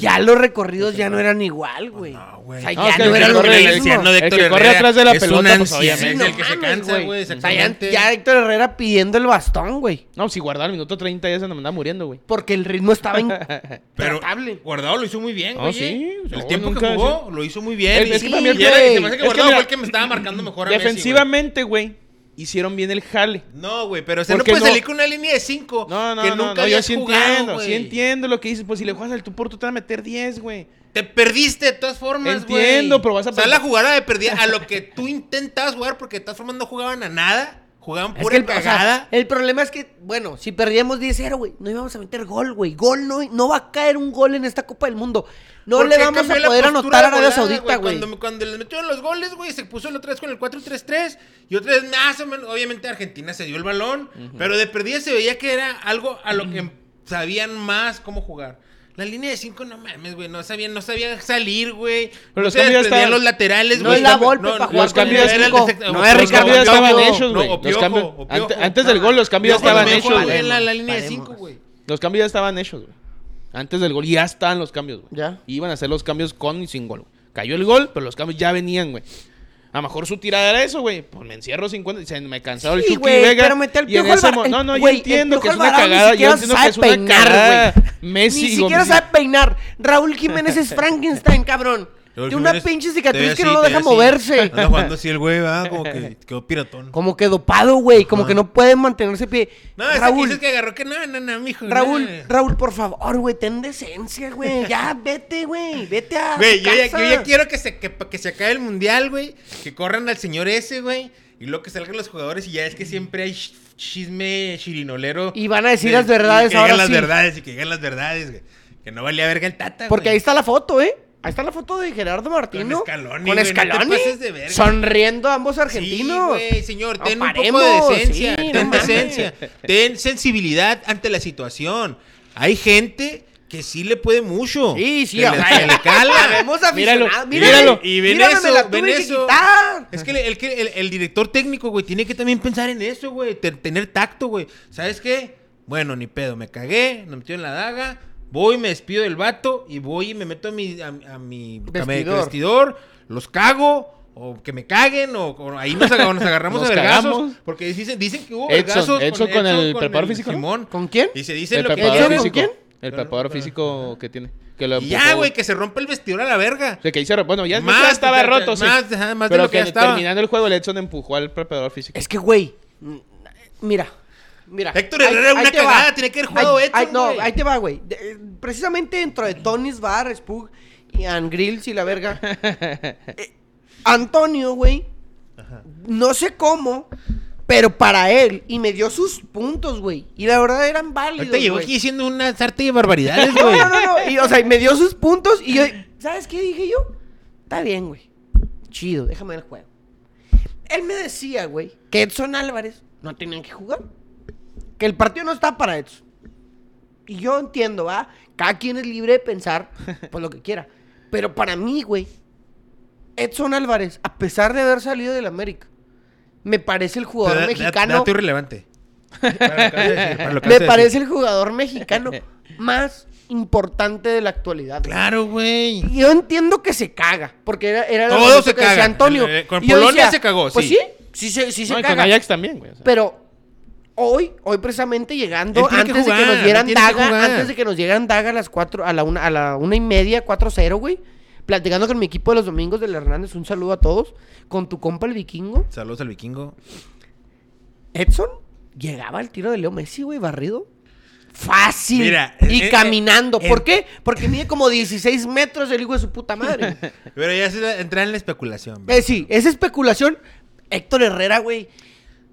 C: Ya los recorridos ya no eran igual, güey.
D: no, güey.
C: O sea,
A: No,
C: ya
A: es que
C: no
A: el
C: era
A: que
C: lo
A: corre
C: mismo.
A: el
D: anciano de
A: El que
D: Héctor
A: corre
D: Herrera
A: atrás de la
D: es
A: pelota,
D: un
A: pues,
D: anciano,
A: obviamente.
C: Sí,
D: es
C: no
D: el que se
C: mames,
D: cansa, güey.
C: O sea, ya,
D: exactamente.
C: ya Héctor Herrera pidiendo el bastón, güey.
A: No, si guardaba el minuto 30 ya se me andaba muriendo, güey.
C: Porque el ritmo estaba
D: Pero
C: intratable.
D: Guardado lo hizo muy bien,
A: Ah,
D: güey.
A: sí,
D: eh.
A: no,
D: El tiempo que
A: nunca-
D: jugó lo hizo muy bien.
A: Es- es que
D: Y-
A: también,
D: y era-
A: güey,
D: se me hace
A: es
D: que
A: que
D: Guardado fue
A: mira,
D: el que me estaba marcando mejor a Messi, güey.
A: Defensivamente, güey, hicieron bien el jale.
D: No, güey, pero o sea, no
A: Porque
D: puedes
A: no-
D: salir con una línea de 5
A: No, no,
D: que
A: no,
D: nunca
A: no, yo
D: habías
A: sí
D: jugado,
A: entiendo,
D: güey.
A: sí entiendo lo que dices. Pues si le juegas al tú por tú te van a meter 10, güey.
D: Te perdiste de todas formas, güey.
A: Entiendo, pero vas a
D: O sea,
A: perder.
D: la jugada de perdida a lo que tú intentabas jugar porque de todas formas no jugaban a nada. Jugaban
C: Es
D: pura
C: que el, o sea,
D: cagada.
C: el problema es que, bueno, si perdíamos 10-0, güey, no íbamos a meter gol, güey. Gol no, no va a caer un gol en esta Copa del Mundo. No
D: ¿Por
C: le
D: qué
C: vamos a
D: cambió la
C: poder
D: postura
C: anotar a Arabia
D: volada,
C: Saudita, güey.
D: Cuando, cuando les metieron los goles, güey, se puso el otra vez con el 4-3-3 y otra vez más o menos. Obviamente Argentina se dio el balón, pero de perdida se veía que era algo a lo que sabían más cómo jugar. La línea de 5, no mames, güey, no sabían, no sabía salir, güey.
A: Pero
D: no
A: los
D: se
A: cambios ya
D: desprendían
A: estaban-
D: los laterales,
C: No
D: güey.
C: es la Volpe pa' jugar
A: los cambios
D: era el
C: cinco.
D: defecta-
C: No
D: o-
C: es
D: o-
A: los
C: Ricardo
A: cambios ya
D: o-
A: estaban
D: o-
A: hechos, güey.
D: no, o
A: Los
D: Piojo,
A: cambios-
D: o
A: ante-
D: Piojo.
A: antes del gol, los cambios ya
D: Piojo
A: estaban
D: también
A: hechos,
D: jugaba
A: güey.
D: en La, la línea de
C: Paremos.
D: 5, güey.
A: Los cambios ya estaban hechos, güey. Antes del gol ya estaban los cambios, güey.
C: Ya.
A: Iban a hacer los cambios con y sin gol. güey. Cayó el gol, pero los cambios ya venían, güey. A lo mejor su tirada era eso, güey. Pues me encierro 50 y se me cansaba el
C: Sí,
A: Chucky
C: güey,
A: Vega.
C: pero mete al
A: y en
C: Piojo
A: ese
C: Alvarado.
A: mo- No, no,
C: Güey,
A: yo entiendo
C: el
A: que es
C: Piojo
A: una
C: Alvarado ni
A: cagada. Yo
C: siquiera
A: entiendo que
C: sabe
A: es una
C: peinar,
A: cagada.
C: güey.
A: Messi,
C: Ni siquiera
A: Gonzalo.
C: sabe peinar. Raúl Jiménez es Frankenstein, cabrón.
D: Raúl
C: Tiene una
D: Jiménez
C: pinche
D: te ve
C: cicatriz que
D: así,
C: no lo
D: te ve
C: deja
D: así.
C: moverse.
D: Anda jugando así el güey, ¿verdad? Como que quedó piratón.
C: Como que dopado, güey. Como
D: Ajá.
C: que no puede mantenerse pie.
D: No, ese que
C: Raúl,
D: dices que pues, eh. agarró que no, no, no, mijo.
C: Raúl,
D: no.
C: Raúl, por favor, güey, ten decencia, güey. Ya, vete, güey. Vete a.
D: Güey,
C: tu
D: yo ya,
C: casa.
D: yo ya quiero que se, que, que se acabe el mundial, güey. Que corran al señor ese, güey. Y luego que salgan los jugadores y ya es que siempre hay ch- chisme chirinolero.
C: Y van a decir
D: De-
C: las verdades
D: y que digan
C: ahora
D: las
C: sí.
D: verdades y que digan las verdades, güey. Que no valía verga el tata,
C: Porque
D: güey.
C: ahí está la foto, ¿eh? Ahí está la foto de Gerardo Martino.
D: Con Scaloni,
C: Con
D: güey, no te
C: Scaloni.
D: pases de verga.
C: Sonriendo ambos
D: Sí,
C: argentinos.
D: güey, señor,
C: No,
D: ten un poco
C: paremos,
D: de decencia,
C: sí, no
D: ten
C: mames.
D: decencia, ten sensibilidad ante la situación. Hay gente que sí le puede mucho.
C: Sí, sí,
D: que
C: o
D: le,
C: sea,
D: que le cala.
C: Vemos
A: Míralo,
C: aficionados. Míralo.
A: míralo.
D: Y ven
C: Míralo, me
D: eso,
C: la
D: ven
C: tuve que
D: eso.
C: quitar.
D: Es que el, el que- el- el director técnico, güey, tiene que también pensar en eso, güey. te- tener tacto, güey. ¿Sabes qué? Bueno, ni pedo, me cagué, me metió en la daga. Voy, me despido del vato y voy y me meto a mi, a, a mi a mi
C: Vestidor.
D: vestidor, los cago. O que me caguen, o, o ahí nos, aga- nos agarramos
A: Nos
D: a vergazos.
A: cagamos.
D: Porque dicen, dicen que hubo
A: Edson,
D: vergazos
A: Edson con el preparador físico, ¿no?
D: Simón.
C: ¿Con quién?
D: Y se dicen
A: El
D: lo que
A: preparador
D: quieren.
A: físico.
C: quién?
A: El preparador físico que tiene. Que lo
D: Y
A: empujó,
D: ya, güey, que se rompe el vestidor a la verga.
A: O sea, que hizo- bueno, ya
D: Más,
A: ya estaba
D: o sea,
A: roto, sí.
D: más, ajá, más de
A: Pero
D: lo que
A: que,
D: ya estaba.
A: terminando el juego, el Edson empujó al preparador físico.
C: Es que, güey. Mira. Mira.
D: Héctor Herrera era una
C: te va.
D: cagada, tenía que haber jugado
C: Ahí-
D: Edson,
C: ahí- No,
D: güey.
C: ahí te va, güey. De- eh, Precisamente dentro de Tony's Bar, Spug y Angrills y la verga. eh, Antonio, güey. No sé cómo, pero para él. Y me dio sus puntos, güey. Y la verdad eran válidos.
D: Ahorita llegó
C: güey.
D: aquí diciendo una sarta de barbaridades, güey.
C: No, no, no. Y, o sea, y me dio sus puntos y yo... ¿Sabes qué dije yo? Está bien, güey. Chido, déjame ver el juego. Él me decía, güey, que Edson Álvarez no tenían que jugar. Que el partido no está para Edson. Y yo entiendo, ¿va? Cada quien es libre de pensar por lo que quiera. Pero para mí, güey, Edson Álvarez, a pesar de haber salido del América, me parece el jugador
D: Da- da-
C: mexicano...
D: Dato irrelevante. Para lo que vas a decir, para lo que vas a
C: me
D: decir.
C: parece el jugador mexicano más importante de la actualidad. güey.
D: Claro, güey.
C: Y Yo entiendo que se caga, porque era, era el
D: Todo
C: argumento
D: se
C: que decía
D: caga.
C: Antonio.
D: Eh, con
C: Y yo
D: Polonia se cagó,
C: Pues
D: sí.
C: sí, sí se, sí se
A: No, y con
C: caga.
A: Ajax también, güey. o sea.
C: Pero hoy, hoy precisamente llegando,
D: Él tiene que
C: antes de
D: jugar,
C: que nos dieran
D: él tiene que
C: daga,
D: jugar.
C: antes de que nos dieran daga a las cuatro, a la una, a la una y media, 4-0, güey. Platicando con mi equipo de los domingos del Hernández, un saludo a todos. Con tu compa el vikingo,
D: Saludos al vikingo.
C: Edson, llegaba el tiro de Leo Messi, güey, barrido. Fácil.
D: Mira,
C: y
D: eh, eh,
C: caminando.
D: eh,
C: ¿Por qué? Porque mide como 16 metros el hijo de su puta madre.
D: Pero ya se entra en la especulación. güey.
C: Eh, sí, esa especulación, Héctor Herrera, güey,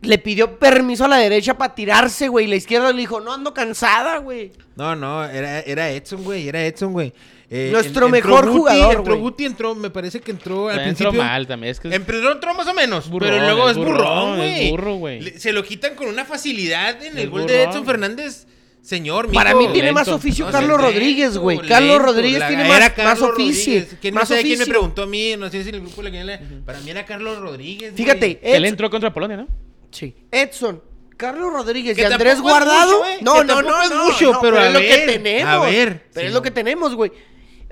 C: le pidió permiso a la derecha para tirarse, güey. y La izquierda le dijo, no, ando cansada, güey.
D: No, no, era, era Edson, güey, era Edson, güey. Eh,
C: Nuestro
D: en- entró
C: mejor
D: Guti,
C: jugador,
D: Entró
C: güey.
D: Guti, entró, me parece que entró al
A: Entró
D: principio.
A: mal también. Es que
C: em,
D: Empezó entró más o menos,
A: Burrón,
D: pero luego
A: es
D: es burrón,
A: burrón, es
D: güey.
A: burro, güey.
D: Le- Se lo quitan con una facilidad en el,
A: Es
D: gol de
A: burrón.
D: Edson Fernández. Señor,
C: Para
D: mijo.
C: mí tiene más
A: lento.
C: oficio
D: No,
C: Carlos
D: lento,
C: Rodríguez, güey.
D: lento,
C: Carlos Rodríguez
D: la-
C: tiene
D: era
C: más,
D: Carlos
C: más oficio.
D: Rodríguez. ¿Quién, no
C: más
D: sé quién me
C: oficio.
D: preguntó a mí, no sé si en el grupo de la quiniela, Para mí era Carlos Rodríguez. güey.
C: Fíjate,
A: Él
C: Edson,
A: entró contra Polonia, ¿no?
C: sí, Edson, Carlos Rodríguez y
D: Que
C: Andrés
D: tampoco es
C: Guardado.
D: mucho, eh,
C: no,
D: que
C: no,
D: tampoco
C: no,
D: es
C: no,
D: mucho,
C: no,
D: pero a
C: es lo que
D: ver,
C: tenemos.
D: a ver.
C: Pero
D: Sí,
C: es lo
D: no.
C: que tenemos, güey.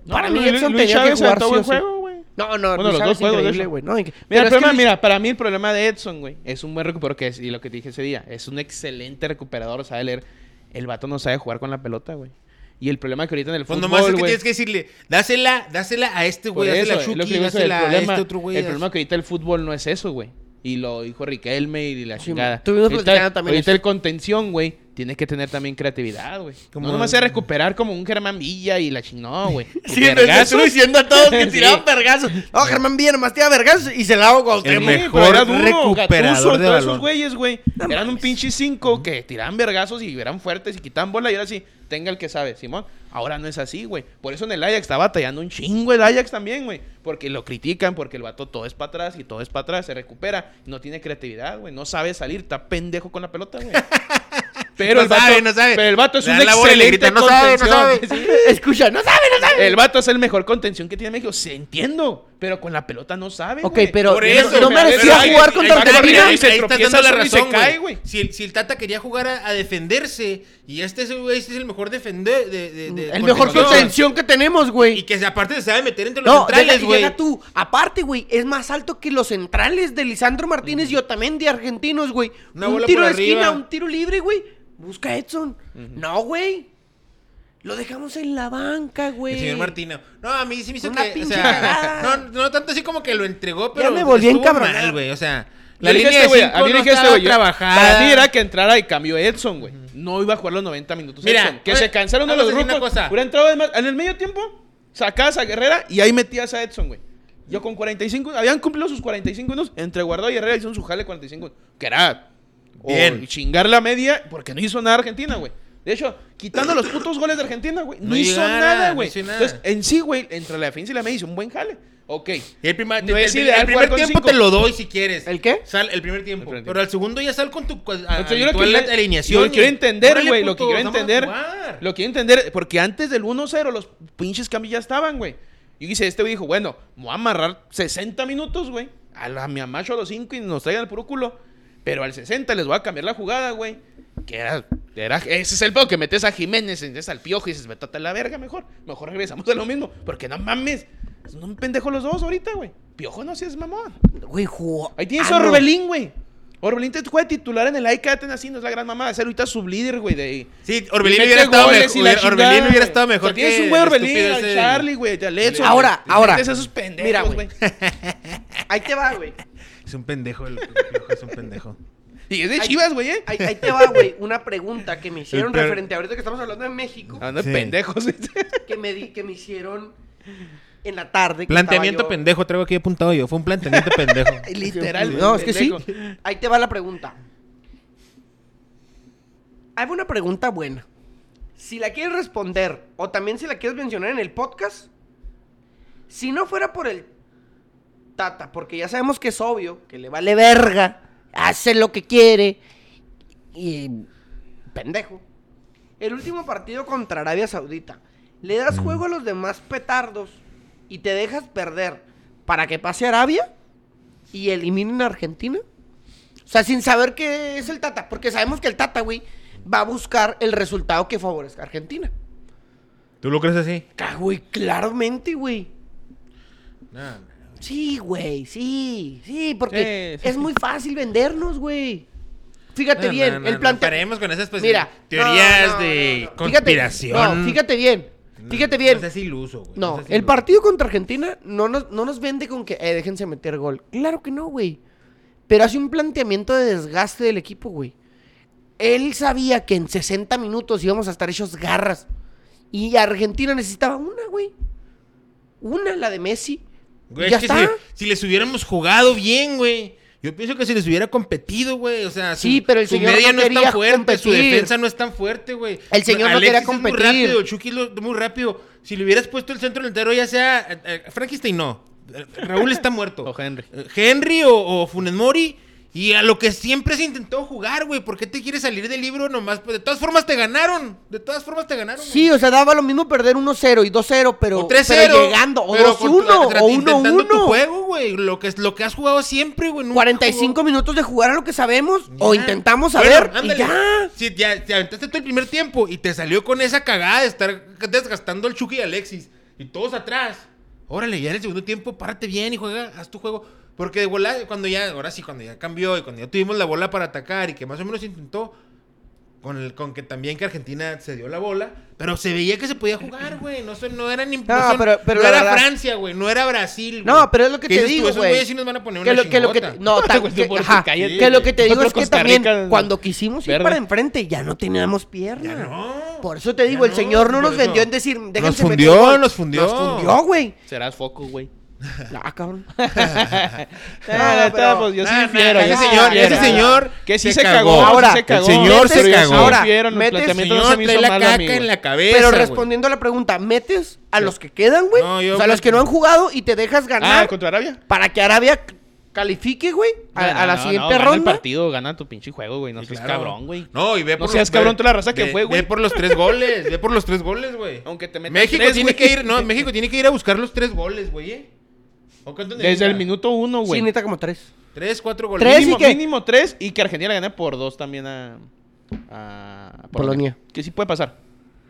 A: No,
C: Para mí
A: Luis-
C: Edson
A: Luis
C: tenía que
A: Chávez
C: jugar
A: aventó
C: sí
A: buen
C: o sí.
A: juego, güey.
C: No, no,
A: Bueno, los
C: Luis Chávez
A: dos juegos, de
C: increíble,
A: hecho.
C: güey. No, inc-
A: Mira,
C: pero
A: el
C: es que
A: problema,
C: Luis-
A: mira, para mí el problema de Edson, güey, es un buen recuperador que es, y lo que te dije ese día, es un excelente recuperador, sabe leer. El vato no sabe jugar con la pelota, güey. Y el problema que ahorita en el
D: Pues
A: fútbol,
D: nomás es que
A: güey,
D: tienes que decirle, dásela, dásela a este
A: por
D: güey, dásela
A: eso,
D: a
A: es lo que
D: Chucky,
A: digo, eso, el
D: dásela a
A: problema,
D: este otro güey.
A: el problema que ahorita el fútbol no es eso, güey. Y lo dijo Riquelme y la
C: Sí,
A: chingada.
C: estuvimos platicando
A: ahorita
C: también
A: ahorita
C: eso.
A: el contención, güey, tiene que tener también creatividad, güey.
D: Como-
A: No nomás sea recuperar como un Germán Villa y la chingada, güey.
C: Sí, me- me
A: Vergazos.
C: estuvo diciendo a todos que
A: Sí.
C: tiraban vergazos. No, Germán Villa nomás tira vergazos y se la hago con
D: El
A: Sí,
D: mejor
A: pero era duro,
D: recuperador
A: Gattuso,
D: de
A: todos
D: balón.
A: esos güeyes, güey.
C: No
A: eran un
C: mames.
A: pinche cinco que tiraban vergazos y eran fuertes y quitaban bola y era así, tenga el que sabe, Simón. Ahora no es así, güey. Por eso en el Ajax está batallando un chingo el Ajax también, güey. Porque lo critican, porque el vato todo es para atrás y todo es para atrás, se recupera. No tiene creatividad, güey. No sabe salir, está pendejo con la pelota, güey. Pero,
D: No
A: el vato,
D: sabe, no sabe.
A: pero el vato es
D: Le
A: un
D: dan la bola y le
A: excelente
D: gritan, "No sabe, no
A: contención". Sí.
C: Escucha, no sabe, no sabe.
A: El vato es el mejor contención que tiene México. Se entiendo, pero con la pelota no sabe.
C: Ok,
A: güey.
C: pero
D: Por
C: no-
D: eso,
A: pero
C: no, merecía
A: es que
C: jugar
A: ahí-
C: contra
A: ahí- ahí-
C: Argentina.
A: ahí-
D: Ahí
A: se
D: estás
A: tropieza
D: dando la
A: solo y se
D: razón,
A: cae,
D: güey.
A: güey.
D: Si, el- si el Tata quería jugar a, a defenderse y este es, güey, este es el mejor defender de, de- de-
C: El mejor
D: contención.
C: contención que tenemos,
D: Y
C: güey.
D: que se- aparte se sabe meter entre los
C: No, deja,
D: centrales,
C: y
D: güey.
C: deja tú. Aparte, güey, es más alto que los centrales de Lisandro Martínez y Otamendi argentinos, güey.
D: Una
C: un
D: bola
C: tiro de
D: por
C: esquina,
D: arriba.
C: un tiro libre, güey. Busca a Edson. No, güey. Lo dejamos en la banca, güey.
D: El señor Martino. No, a mí sí me hizo
C: Una
D: que. O
C: pinche
D: sea,
C: cagada.
D: no, no tanto así como que lo entregó, pero.
C: me volví a
D: estuvo
C: encabronar.
D: mal, güey. O sea,
A: La
D: la
A: dije
D: línea
A: este,
D: de
A: güey.
D: cinco
A: A mí
D: no
A: dije este,
D: estaba
A: güey. yo- Para
D: trabajada.
A: mí era que entrara y cambió Edson, güey. No iba a jugar los 90 minutos.
D: Mira,
A: Edson. que
D: oye,
A: se cansaron de
D: vamos
A: los
D: a decir una
A: grupos.
D: cosa.
A: Hubiera entrado de más- en el medio tiempo, sacabas a Guerrera y ahí metías a Edson, güey. Yo con 45, habían cumplido sus 45 minutos entre Guardado y Herrera hicieron su jale 45 que era o
D: Bien.
A: chingar la media porque no hizo nada Argentina, güey. De hecho, quitando los putos goles de Argentina, güey, no,
D: No
A: hizo
D: llegara,
A: nada,
D: no
A: güey.
D: hizo nada.
A: Entonces, en sí, güey, entre la defensa y la media hizo un buen jale. Ok.
D: Y el, prima-
A: No
D: te-
A: es
D: el-
A: ideal jugar
D: el primer
A: con
D: tiempo
A: cinco.
D: te lo doy si quieres.
C: ¿El qué?
D: Sal, el primer tiempo.
A: primer tiempo.
D: Pero al segundo ya sal con tu cua-
A: O sea, yo lo que,
D: habitual
A: quiero-
D: alineación.
A: lo que quiero entender,
D: Órale,
A: güey, lo que
D: putos,
A: quiero
D: vamos a
A: entender,
D: jugar.
A: lo que quiero entender, porque antes del 1-0 los pinches cambios ya estaban, güey. Y dice, este güey dijo, bueno, me voy a amarrar 60 minutos, güey, a la mi amacho a los 5 y nos traigan el puro culo. Pero al 60 les voy a cambiar la jugada, güey. Que era, era- ese es el pedo que metes a Jiménez, metes al piojo y dices, metate a la verga mejor. Mejor regresamos a lo mismo. Porque no mames, son un pendejo los dos ahorita, güey. Piojo no seas mamón.
C: Güey, jugó.
A: Ahí tienes
C: Ah,
A: a
C: no.
A: Orbelín, güey. Orbelín te juega titular en el AIK Atenas, es la gran mamá. Es ahorita sublíder, güey. De...
D: Sí,
A: y
D: Orbelín
A: mete
D: hubiera estado
A: goles y
D: mejor.
A: la
D: hubiera-
A: chingada,
D: Orbelín hubiera
A: güey.
D: estado mejor.
A: O sea, tienes
D: que
A: un güey
D: el
A: Orbelín,
D: estúpido
A: al
D: ese.
A: Charlie, güey, al Edson.
C: Ahora,
A: güey.
C: ahora.
A: Metes a esos pendejos,
C: Mira, güey.
A: güey.
C: Ahí te va, güey.
D: Es un pendejo, el, el- es un pendejo.
A: Y es de
C: Ay.
A: chivas, güey, eh.
C: Ahí, ahí te va, güey. Una pregunta que me hicieron
D: peor- Ah.
C: referente ahorita que estamos hablando de México.
A: Hablando de
D: Sí.
A: pendejos, güey.
C: que me, di, que me hicieron en la tarde. que
D: Planteamiento
C: estaba yo-
D: pendejo, traigo aquí apuntado yo. Fue un planteamiento pendejo.
A: Literal, güey,
C: No, es que sí.
A: pendejo.
C: Ahí te va la pregunta. Hay una pregunta buena. Si la quieres responder o también si la quieres mencionar en el podcast, si no fuera por el Tata, porque ya sabemos que es obvio, que le vale verga, hace lo que quiere y pendejo. El último partido contra Arabia Saudita. Le das juego a los demás petardos y te dejas perder para que pase Arabia y eliminen a Argentina. O sea, sin saber qué es el Tata, porque sabemos que el Tata, güey, va a buscar el resultado que favorezca a Argentina.
D: ¿Tú lo crees así?
C: Ca- Güey, claramente, güey.
D: No, no.
C: Sí, güey, sí, sí, porque
A: Sí, sí,
C: es muy fácil vendernos, güey. fíjate
D: No,
C: bien,
D: no, no,
C: el
D: no,
C: plante-
D: paremos con esas pues,
C: Mira,
D: teorías
C: no, no,
D: de
C: no, no.
D: conspiración.
C: Fíjate, no, fíjate bien. Fíjate
D: No
C: bien.
D: seas iluso, güey.
C: No,
D: seas
C: el
D: iluso.
C: partido contra Argentina no nos, no nos vende con que eh, déjense meter gol. Claro que no, güey. Pero hace un planteamiento de desgaste del equipo, güey. Él sabía que en 60 minutos íbamos a estar hechos garras. Y Argentina necesitaba una, güey. Una, la de Messi.
D: Güey,
C: ya
D: es que
C: está.
D: Si, si les hubiéramos jugado bien, güey. Yo pienso que si les hubiera competido, güey. O sea, su,
C: Sí, pero el
D: su
C: señor
D: media
C: no
D: no, es
C: quería
D: tan fuerte, su
C: competir.
D: defensa no es tan fuerte, güey.
C: El señor no quería
D: Alexis es
C: competir.
D: muy rápido, Chucky lo- muy rápido. Si le hubieras puesto el centro delantero, ya sea eh, eh, Frankenstein, no. Eh, Raúl está muerto.
A: O Henry.
D: Eh, Henry o, o Funes Mori. Y a lo que siempre se intentó jugar, güey. ¿Por qué te quieres salir del libro nomás? Pues, de todas formas te ganaron. De todas formas te ganaron. güey.
C: Sí, o sea, daba lo mismo perder 1-0 y 2-0, pero,
D: O 3-0.
C: pero llegando. O
D: pero con tu-
C: 2-1,
D: tra-
C: o
D: intentando tu
C: 1-1.
D: juego, güey. Lo que, es- lo que has jugado siempre, güey. nunca
C: 45
D: jugó.
C: minutos de jugar a lo que sabemos, o
D: Ya.
C: intentamos
D: Bueno,
C: saber, y
D: ándale.
C: ya.
D: Sí, ya te aventaste tú el primer tiempo y te salió con esa cagada de estar desgastando al Chucky y Alexis. Y todos atrás. Órale, ya en el segundo tiempo, párate bien y juega, haz tu juego. Porque de bola, cuando ya, ahora sí, cuando ya cambió y cuando ya tuvimos la bola para atacar y que más o menos intentó, con, el- con que también que Argentina se dio la bola, pero se veía que se podía jugar, güey. No, son- no eran imp-
C: No,
D: son-
C: pero- pero
D: no
C: la
D: era
C: verdad-
D: Francia, güey. No era Brasil,
C: No,
D: güey.
C: pero es lo que
D: ¿Qué
C: te
D: dices tú?
C: digo,
D: Esos
C: güey.
D: güeyes sí nos van a poner
C: que
D: una
C: lo, que lo que
D: chingota.
C: te- no, ta-
A: Güey,
C: que,
A: tú,
C: ajá,
A: cállate.
C: que lo que te digo
A: Otro
C: es que
A: Costa
C: también
A: Rica,
C: cuando quisimos ir
A: verde.
C: para enfrente ya no teníamos pierna.
D: Ya no.
C: Por eso te digo, el
D: no,
C: señor no
D: por
C: nos
D: eso.
C: vendió en decir, déjense
D: Nos
C: meter
D: fundió,
C: gol".
D: nos fundió.
C: Nos fundió, güey.
A: Serás foco, güey.
C: Ah, cabrón.
A: Ah,
C: pero-
A: no, pues yo sí
D: Ah,
A: infiero,
D: nah,
A: yo
D: ese
A: sí
D: señor,
A: infiero.
D: ese señor
A: que sí
D: se
A: se
D: cagó.
A: cagó,
C: Ahora,
A: sí se cagó.
D: el señor se
A: Metes-
D: cagó.
A: Ahora,
C: Ahora,
A: el
C: metes-
A: planteamiento no
D: Señor,
A: se me hizo
D: trae la
A: mal a
D: caca
A: mí,
D: en
A: güey.
D: la cabeza.
C: Pero
D: güey.
C: respondiendo a la pregunta, ¿metes a los que quedan, güey?
D: No, yo-
C: o sea, a los que no han jugado y te dejas
A: Ah,
C: ganar
A: contra Arabia.
C: para que Arabia califique, güey, a,
A: No,
C: a la
A: no,
C: siguiente
A: no, Gana el
C: ronda.
A: partido, gana tu pinche juego, güey. No
D: Sí,
A: seas
D: claro.
A: cabrón, güey.
D: No, y ve
A: No
D: por
A: seas
D: los-
A: cabrón
D: ve-
A: toda la raza que
D: ve-
A: fue, güey.
D: Ve por los tres goles, ve por los tres goles, güey.
A: Aunque te metan
D: México
A: tres,
D: tiene
A: güey.
D: que ir, no, México tiene que ir a buscar los tres goles, güey. ¿eh? ¿O cuánto
A: Desde
D: necesita?
A: el minuto uno,
C: Sí,
A: güey.
C: neta como tres.
D: Tres, cuatro goles.
C: Tres y
A: mínimo,
C: que-
A: mínimo tres y que Argentina le gane por dos también a, a
C: Polonia.
A: Que sí puede pasar.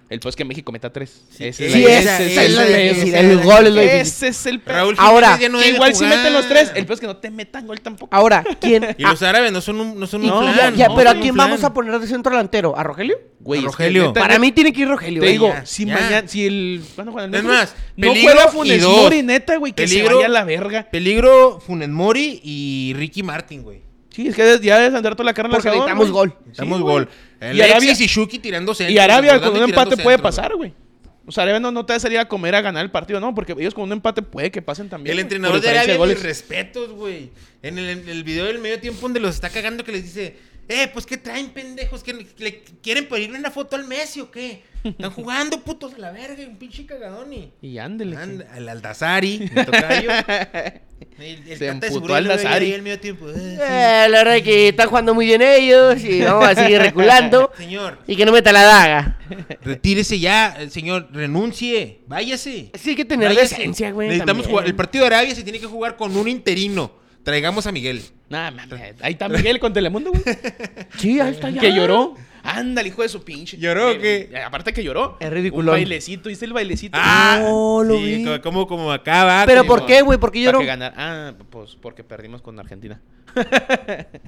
A: El pues que México meta tres. Ese
C: Sí,
A: ese
C: esa- esa
A: el
C: es la
A: pedo.
C: difícil, el gol es lo difícil.
A: Ese es el pedo.
D: Raúl
C: Ahora,
D: Jiménez ya no
A: Que
D: debe
A: igual si
D: jugar.
A: meten los tres, el peor es que no te metan gol tampoco.
C: Ahora, ¿quién?
D: Y
C: ah,
D: los árabes no son un, no son
C: y-
D: un plan.
C: ya- ya,
D: no
C: pero ¿a
D: son un
C: quién
D: plan.
C: vamos a poner de centro delantero? ¿A Rogelio?
A: Güey, es que
D: Rogelio.
A: neta,
C: Para
A: neta,
C: mí tiene que ir Rogelio.
A: Te
C: eh, güey.
A: digo,
D: ya,
A: si
D: ya.
A: mañana, si el. ¿Cuándo juega el
D: Es
A: miércoles?
D: más,
A: no
D: peligro
A: juega
D: y
A: Funes
D: dos.
A: Mori, neta, güey, que se
D: Peligro-
A: vaya a la verga.
D: Peligro Funes Mori y Ricky Martin, güey.
A: Sí, es que ya debes andar toda la cara en el
C: Porque
A: asador,
C: necesitamos
A: güey.
C: gol.
D: Estamos
A: güey.
D: gol.
A: Y
D: Alexis
A: Arabia-
D: y Shuki tirando centros.
A: Y Arabia
D: Jordán
A: con un
D: tirando
A: empate puede
D: centros,
A: pasar, güey. O sea, Arabia no, no te vas a salir a comer a ganar el partido, no, porque ellos con un empate puede que pasen
D: güey.
A: también.
D: El
A: güey,
D: entrenador
A: por
D: de
A: diferencia
D: Arabia, mis
A: goles.
D: respetos, güey. En el, en el video del medio tiempo donde los está cagando que les dice, eh, pues qué traen, pendejos, que le quieren pedirle una foto al Messi o qué. Están jugando putos a la verga, un pinche cagadón y.
A: Y ándele.
D: Anda, Al Aldazari, mi tocayo. El, el
A: Se
D: Tata de
A: emputó
D: Zurita,
A: Aldazari.
D: güey, al medio tiempo. eh, sí.
C: Eh, la verdad es que están jugando muy bien ellos y vamos a seguir reculando
D: Señor,
C: y que no meta la daga.
D: retírese ya, el señor, renuncie, váyase.
C: Sí, hay que tener
D: Váyase.
C: decencia, güey.
D: Necesitamos
C: también.
D: jugar. El partido de Arabia se tiene que jugar con un interino. Traigamos a Miguel.
A: Nada, mames. Ahí está Miguel con Telemundo, güey.
C: Sí, ahí está ya.
A: que lloró. Ándale, hijo de su pinche.
D: ¿Lloró o
A: Eh,
D: qué? Ah.
A: Aparte que lloró.
C: Es
A: Un
C: ridiculón.
A: bailecito, hice el bailecito.
C: Ah, No, lo vi.
D: co- Como, como acá va.
C: Pero
D: como-
C: ¿por qué, güey? ¿Por qué
A: Para
C: lloró?
A: que ganar. Ah, pues porque perdimos con Argentina.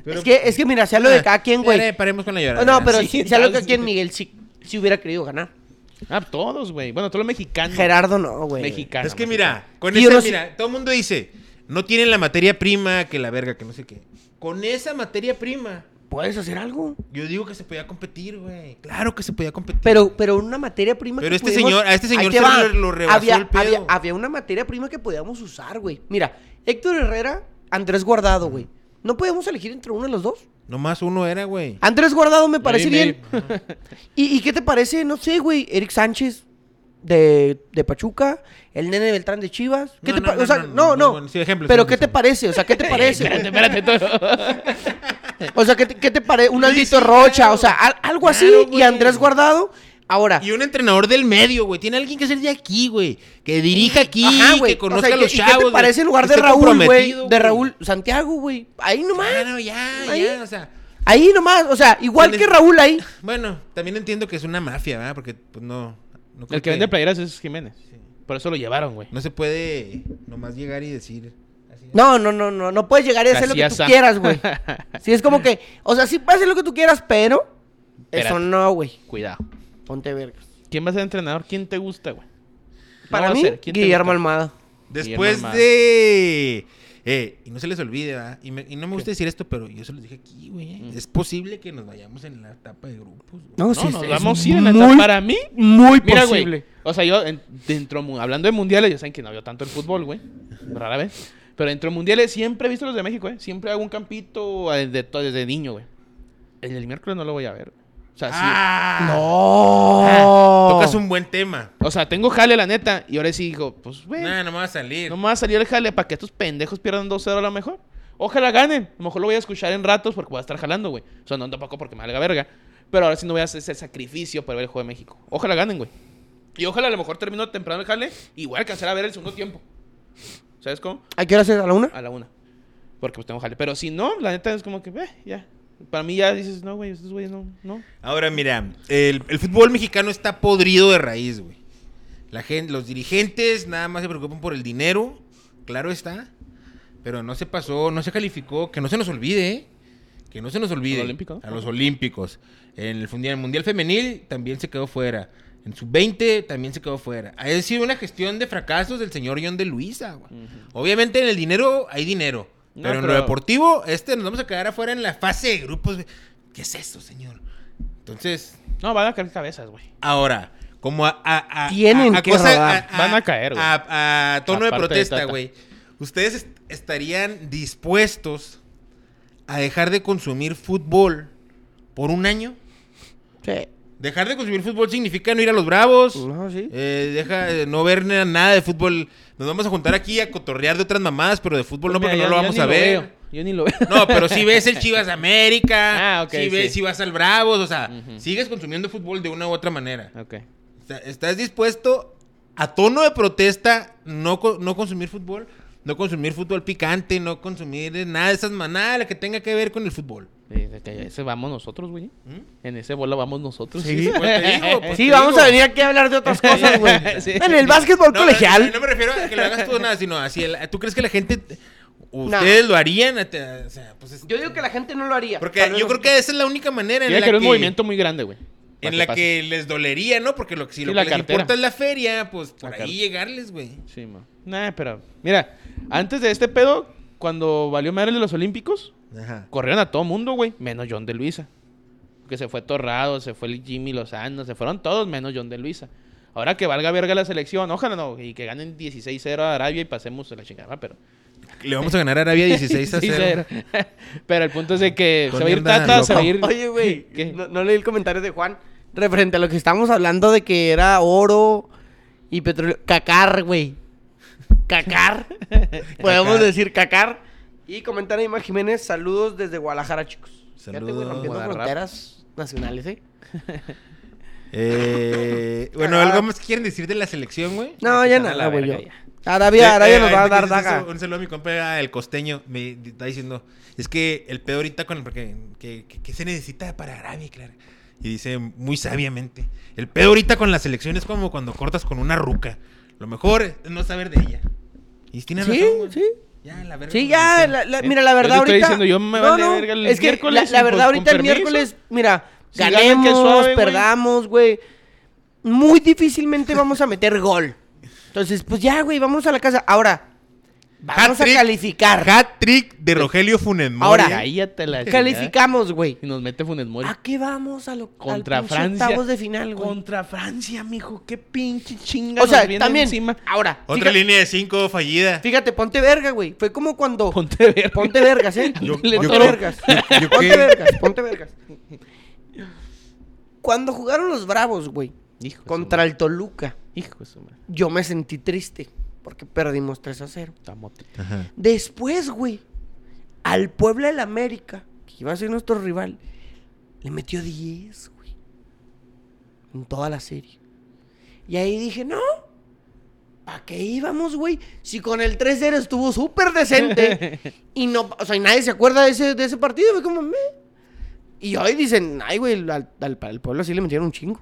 D: pero-
C: Es que, es que mira, sea lo de cada quien,
D: Pare-
C: güey.
D: Paremos con la llorada.
C: No, pero
A: Sí,
C: sí, sea lo de
A: ya,
C: cada quien,
A: sí.
C: Miguel, sí, sí hubiera querido ganar.
A: Ah, todos, güey. Bueno, todos los mexicanos.
C: Gerardo no, güey.
A: Mexicano.
D: Es que
A: mexicano.
D: mira, con
C: Y
D: esa,
C: yo no sé-
D: mira, todo el mundo dice, no tienen la materia prima, que la verga, que no sé qué. Con esa materia prima,
C: ¿Puedes hacer algo?
D: yo digo que se podía competir, güey. Claro que se podía competir.
C: Pero, pero una materia prima
D: Pero
C: que
D: este
C: pudimos-
D: señor- a este
C: Ahí
D: señor
C: te
D: se
C: va.
D: lo- lo rebasó
C: había,
D: el pedo.
C: Había, había una materia prima que podíamos usar, güey. Mira, Héctor Herrera, Andrés Guardado, güey. ¿No podemos elegir entre uno de los dos?
D: Nomás uno era, güey.
C: Andrés Guardado me parece
A: Maybe,
C: bien. ¿Y, y qué te parece, no sé, güey, Eric Sánchez de, de Pachuca, el nene Beltrán de Chivas? ¿Qué
D: No,
C: te
D: no,
C: pa-
D: no,
C: o sea,
D: no,
C: no,
D: no,
C: no.
D: bueno, sí, ejemplos,
C: Pero
D: ejemplos,
C: ¿qué te parece? O sea, ¿qué te
A: Espérate,
C: parece?
A: espérate todo.
C: o sea, ¿qué te, qué te parece? Un
D: Sí,
C: Aldito
D: sí,
C: Rocha,
D: claro.
C: o sea, al- algo así.
D: Claro,
C: y
D: güey.
C: Andrés Guardado. Ahora,
D: Y un entrenador del medio, güey. Tiene alguien que ser de aquí, güey. Que dirija aquí,
C: Ajá,
D: que
C: güey. O
D: conozca
C: sea,
D: a los
C: ¿y qué-
D: chavos.
C: ¿Qué te
D: güey,
C: parece en lugar
D: que
C: de
D: esté
C: Raúl, güey?
D: comprometido,
C: De Raúl Santiago, güey. Ahí nomás.
D: Claro, ya,
C: Ahí.
D: ya, o sea.
C: Ahí nomás. O sea, igual
D: Tienes-
C: que Raúl ahí.
D: Bueno, también entiendo que es una mafia, ¿verdad? Porque, pues, no... no creo
A: El que vende playeras es Jiménez. Por eso lo llevaron, güey.
D: No se puede nomás llegar y decir... así,
C: No, no, no, no, no puedes llegar y hacer lo que tú
A: Casillas.
C: quieras, güey. Sí, es como que, o sea, sí puedes hacer lo que tú quieras, pero eso
A: Espérate.
C: no, güey.
A: Cuidado.
C: Ponte vergas.
A: ¿Quién va a ser entrenador? ¿Quién te gusta, güey? No
C: Para
A: va a
C: mí,
A: ser. ¿Quién te
C: Guillermo
A: gusta?
C: Almada.
D: Después
A: Guillermo Almada.
D: de. eh, y no se les olvide, ¿verdad? Y, me- y no me gusta decir esto, pero yo se los dije aquí, güey. ¿eh?
A: Mm.
D: Es posible que nos vayamos en la etapa de grupos. güey.
C: No,
A: No,
C: sí,
A: nos
C: es
A: vamos a ir en la
C: muy,
A: etapa- Para mí,
C: muy
A: Mira,
C: posible.
A: güey. O sea, yo en- dentro mu- hablando de mundiales, ya saben que no veo tanto el fútbol, güey. Rara vez. Pero dentro de mundiales siempre he visto los de México, eh. Siempre hago un campito eh, de to- desde niño, güey. El del miércoles no lo voy a ver. O sea, sí.
D: ¡Ah!
C: No.
D: Tocas un buen tema.
A: O sea, tengo jale, la neta. Y ahora sí digo, pues, güey.
D: Nada, no me va a salir.
A: No me va a salir el jale para que estos pendejos pierdan 2-0 a lo mejor. Ojalá ganen. A lo mejor lo voy a escuchar en ratos porque voy a estar jalando, güey. O sea, no tampoco porque me valga verga. Pero ahora sí no voy a hacer ese sacrificio para ver el juego de México. Ojalá ganen, güey. Y ojalá a lo mejor termino temprano el jale y voy a alcanzar a ver el segundo tiempo. ¿Sabes cómo?
C: ¿A qué hora es a la una?
A: A la una. Porque pues tengo jale. Pero si no, la neta es como que, eh, ya. Para mí ya dices, no, güey, estos güeyes no, no.
D: Ahora, mira, el, el fútbol mexicano está podrido de raíz, güey. La gente, los dirigentes nada más se preocupan por el dinero, claro está. Pero no se pasó, no se calificó, que no se nos olvide, ¿eh? Que no se nos olvide.
A: Olímpico?
D: A los Olímpicos. En el Mundial, el mundial Femenil también se quedó fuera. En su 20 también se quedó fuera. Ha sido una gestión de fracasos del señor John de Luisa, güey. Obviamente en el dinero hay dinero.
A: No,
D: pero en lo
A: pero-
D: deportivo, este nos vamos a quedar afuera en la fase de grupos. güey. ¿Qué es eso, señor? Entonces,
A: No, van a caer cabezas, güey.
D: ahora, como a, a- a-
C: Tienen
D: a- a
C: que rodar.
A: Van a caer, güey.
D: a, a tono de
A: Aparte de
D: protesta,
A: Tata.
D: güey. ¿Ustedes est- estarían dispuestos a dejar de consumir fútbol por un año?
C: Sí.
D: Dejar de consumir fútbol significa no ir a los bravos.
C: No, sí.
D: eh, deja eh, no ver na- nada de fútbol. Nos vamos a juntar aquí a cotorrear de otras mamadas, pero de fútbol Pues no,
A: Pues Mira, yo-
D: porque no
A: yo
D: lo vamos
A: ni
D: a ver.
A: veo. Yo ni lo veo.
D: No, pero si ves el Chivas América,
A: Ah, ok,
D: si, ves,
A: sí.
D: si vas al Bravos, o sea,
A: Ujú.
D: sigues consumiendo fútbol de una u otra manera.
A: Ok.
D: O sea, ¿Estás dispuesto a tono de protesta no, co- no consumir fútbol? No consumir fútbol picante, no consumir eh, nada de esas manadas, la que tenga que ver con el fútbol.
A: Sí, de que ese vamos nosotros, güey. En ese bola vamos nosotros.
D: ¿Mm? Sí, pues te digo, pues
C: Sí,
D: te
C: vamos
D: digo.
C: a venir aquí a hablar de otras cosas, güey.
A: Sí.
C: En el básquetbol
D: No,
C: colegial.
D: No, no me refiero a que lo hagas tú nada, sino así. el- ¿Tú crees que la gente. Ustedes lo harían? Te- O sea, pues es-
C: Yo digo que la gente no lo haría.
D: Porque
C: Tal vez
D: yo creo
C: nosotros-
D: que esa es la única manera en
A: Tiene
D: la
A: que
D: que.
A: haber un movimiento muy grande, güey. para
D: en la
A: pase.
D: que les dolería, ¿no? Porque lo que, si
A: Sí,
D: lo que
A: la
D: les
A: cartera.
D: importa es la feria, pues por
A: La
D: ahí
A: cartera.
D: llegarles, güey.
A: Sí, ma. Nah, pero... Mira, antes de este pedo, cuando valió madre de los Olímpicos,
D: Ajá.
A: corrieron a todo mundo, güey. Menos John de Luisa. Que se fue Torrado, se fue el Jimmy Lozano, se fueron todos menos John de Luisa. Ahora que valga verga la selección, ojalá no, y que ganen 16-0 a Arabia y pasemos a la chingada, pero...
D: Le vamos a ganar a Arabia 16 a 0.
A: 16-0. pero el punto es de que
D: Tony
A: se va a ir
D: anda
A: Tata, se va a ir...
C: Oye, güey.
A: ¿Qué?
C: No, no leí el comentario de Juan referente a lo que estábamos hablando de que era oro y petróleo. Cacar, güey. Cacar. Podemos
D: Cacar.
C: decir cacar. Y comentar a Ima Jiménez, saludos desde Guadalajara, chicos. Fíjate, güey,
D: Saludos,
C: rompiendo
A: Guadalajara.
C: fronteras nacionales, ¿eh?
D: Eh, bueno, ¿algo más quieren decir de la selección, güey?
C: No, ya
A: a la
C: nada, güey.
A: verga,
C: yo.
D: Eh,
C: Arabia, Arabia Pues nos va a dar daga.
D: daga. Un saludo a mi compa, el costeño, me está diciendo, es que el pedo ahorita con el, porque, que, que- que se necesita para Arabia, claro. Y dice muy sabiamente, el pedo ahorita con la selección es como cuando cortas con una ruca. Lo mejor es no saber de ella. Y tienes
C: Sí,
D: razón, güey.
C: sí.
D: Ya, la verga.
C: Sí,
D: con
C: ya,
D: selección.
C: la- la-
A: Eh,
C: mira, la
A: yo
C: verdad
A: te estoy
C: ahorita...
A: diciendo, yo me vale verga el
C: es que la-
A: miércoles
C: la,
A: y
C: verdad
A: pues,
C: ahorita
A: con
C: el
A: permiso.
C: miércoles, mira,
A: Si ganan, que
C: ganemos,
A: suave, güey.
C: perdamos, güey. Muy difícilmente vamos a meter gol. Entonces, pues ya, güey, vamos a la casa. Ahora, vamos a
D: Hat-trick.
C: calificar.
D: Hat-trick de Rogelio Funes Mori.
C: Ahora,
A: Cállate la chingada.
C: Calificamos, güey.
A: Y nos mete Funes Mori.
C: ¿A qué vamos a lo al
A: Contra
C: pinche
A: Francia.
C: octavos de final, güey?
A: Contra Francia, mijo. Qué pinche chinga.
C: O sea,
A: nos viene
C: también,
A: encima.
C: ahora,
D: Otra
C: fíjate,
D: línea de cinco fallida.
C: fíjate, ponte verga, güey. Fue como cuando...
A: Ponte ver.
C: Ponte vergas, ¿eh?
A: Yo-
C: ponte
A: yo creo-
C: vergas.
D: yo- yo
C: ponte
D: qué-
C: vergas, ponte vergas. Cuando jugaron los Bravos, güey,
A: Hijo de
C: contra
A: su madre.
C: el Toluca,
A: Hijo de su madre.
C: yo me sentí triste porque perdimos 3 a 0.
A: Tamote.
D: Ajá.
C: Después, güey, al Puebla del América, que iba a ser nuestro rival, le metió 10, güey. En toda la serie. Y ahí dije, no. ¿Para qué íbamos, güey? Si con el 3-0 estuvo súper decente. y no, o sea, y nadie se acuerda de ese, de ese partido. Fue como, "Meh". Y hoy dicen, ay, güey, al, al, al pueblo sí le metieron un chingo.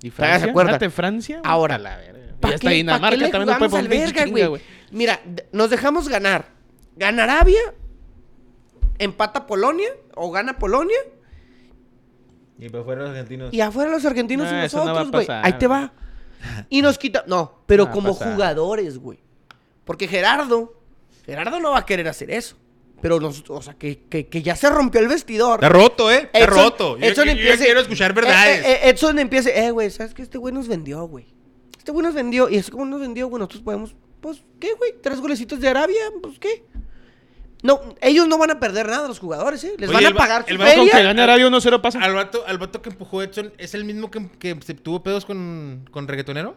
A: ¿Y
C: Francia?
A: Francia?
C: acuerda.
A: Fíjate, Francia? güey.
C: Ahora.
A: A la verga.
C: ¿Pa
A: Ya está
C: qué- pa qué
A: Dinamarca
C: le
A: también no puede
C: jugamos
A: poner
C: al
A: pinche
C: verga,
A: chinga,
C: güey? Mira, d- nos dejamos ganar Gana Arabia, empata Polonia o gana Polonia
E: Y para fuera los argentinos.
C: y afuera los argentinos
A: No,
C: y
A: eso no va a
C: nosotros, güey.
A: pasar,
C: Ahí te va. Y nos quita. No, pero
A: No va a
C: como
A: pasar.
C: jugadores, güey. Porque Gerardo, Gerardo no va a querer hacer eso. Pero nosotros, o sea, que, que- que ya se rompió el vestidor.
D: Está roto, ¿eh? Está
C: Edson-
D: roto. Yo,
C: Edson
D: yo- yo
C: empieza-
D: quiero escuchar verdades.
C: Eh, eh, eh, Edson empieza, eh, güey, ¿sabes qué? Este güey nos vendió, güey. Este güey nos vendió, y es como nos vendió, güey, nosotros podemos, pues, ¿qué, güey? Tres golecitos de Arabia, pues, ¿qué? No, ellos no van a perder nada los jugadores, ¿eh? Les
D: Oye,
C: van a
D: el va-
C: pagar
D: el
C: su
D: va-
A: Con que
C: feria.
A: gane Arabia 1-0 pasa.
C: Ah,
D: Al vato, al vato que empujó Edson, ¿es el mismo que, que se tuvo pedos con, con reggaetonero?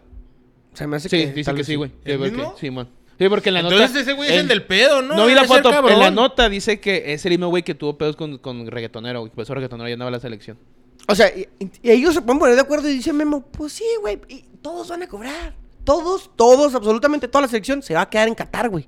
C: Se me hace
A: Sí,
C: que
A: dice
C: tal
A: que
C: vez
A: sí, güey. Sí,
D: ¿El
A: porque-
D: mismo?
A: Sí, man. Sí, porque en la nota...
D: Entonces ese güey es
A: en-
D: el del pedo, ¿no?
A: No vi
D: Debe
A: la
D: ser
A: foto,
D: cabrón.
A: en la nota dice que es el mismo güey que tuvo pedos con, con reggaetonero, güey. Por eso reggaetonero ya andaba a la selección.
C: O sea, y, y ellos se pueden poner de acuerdo y dicen, Memo, pues sí, güey, y todos van a cobrar. Todos, todos, absolutamente toda la selección se va a quedar en Qatar, güey.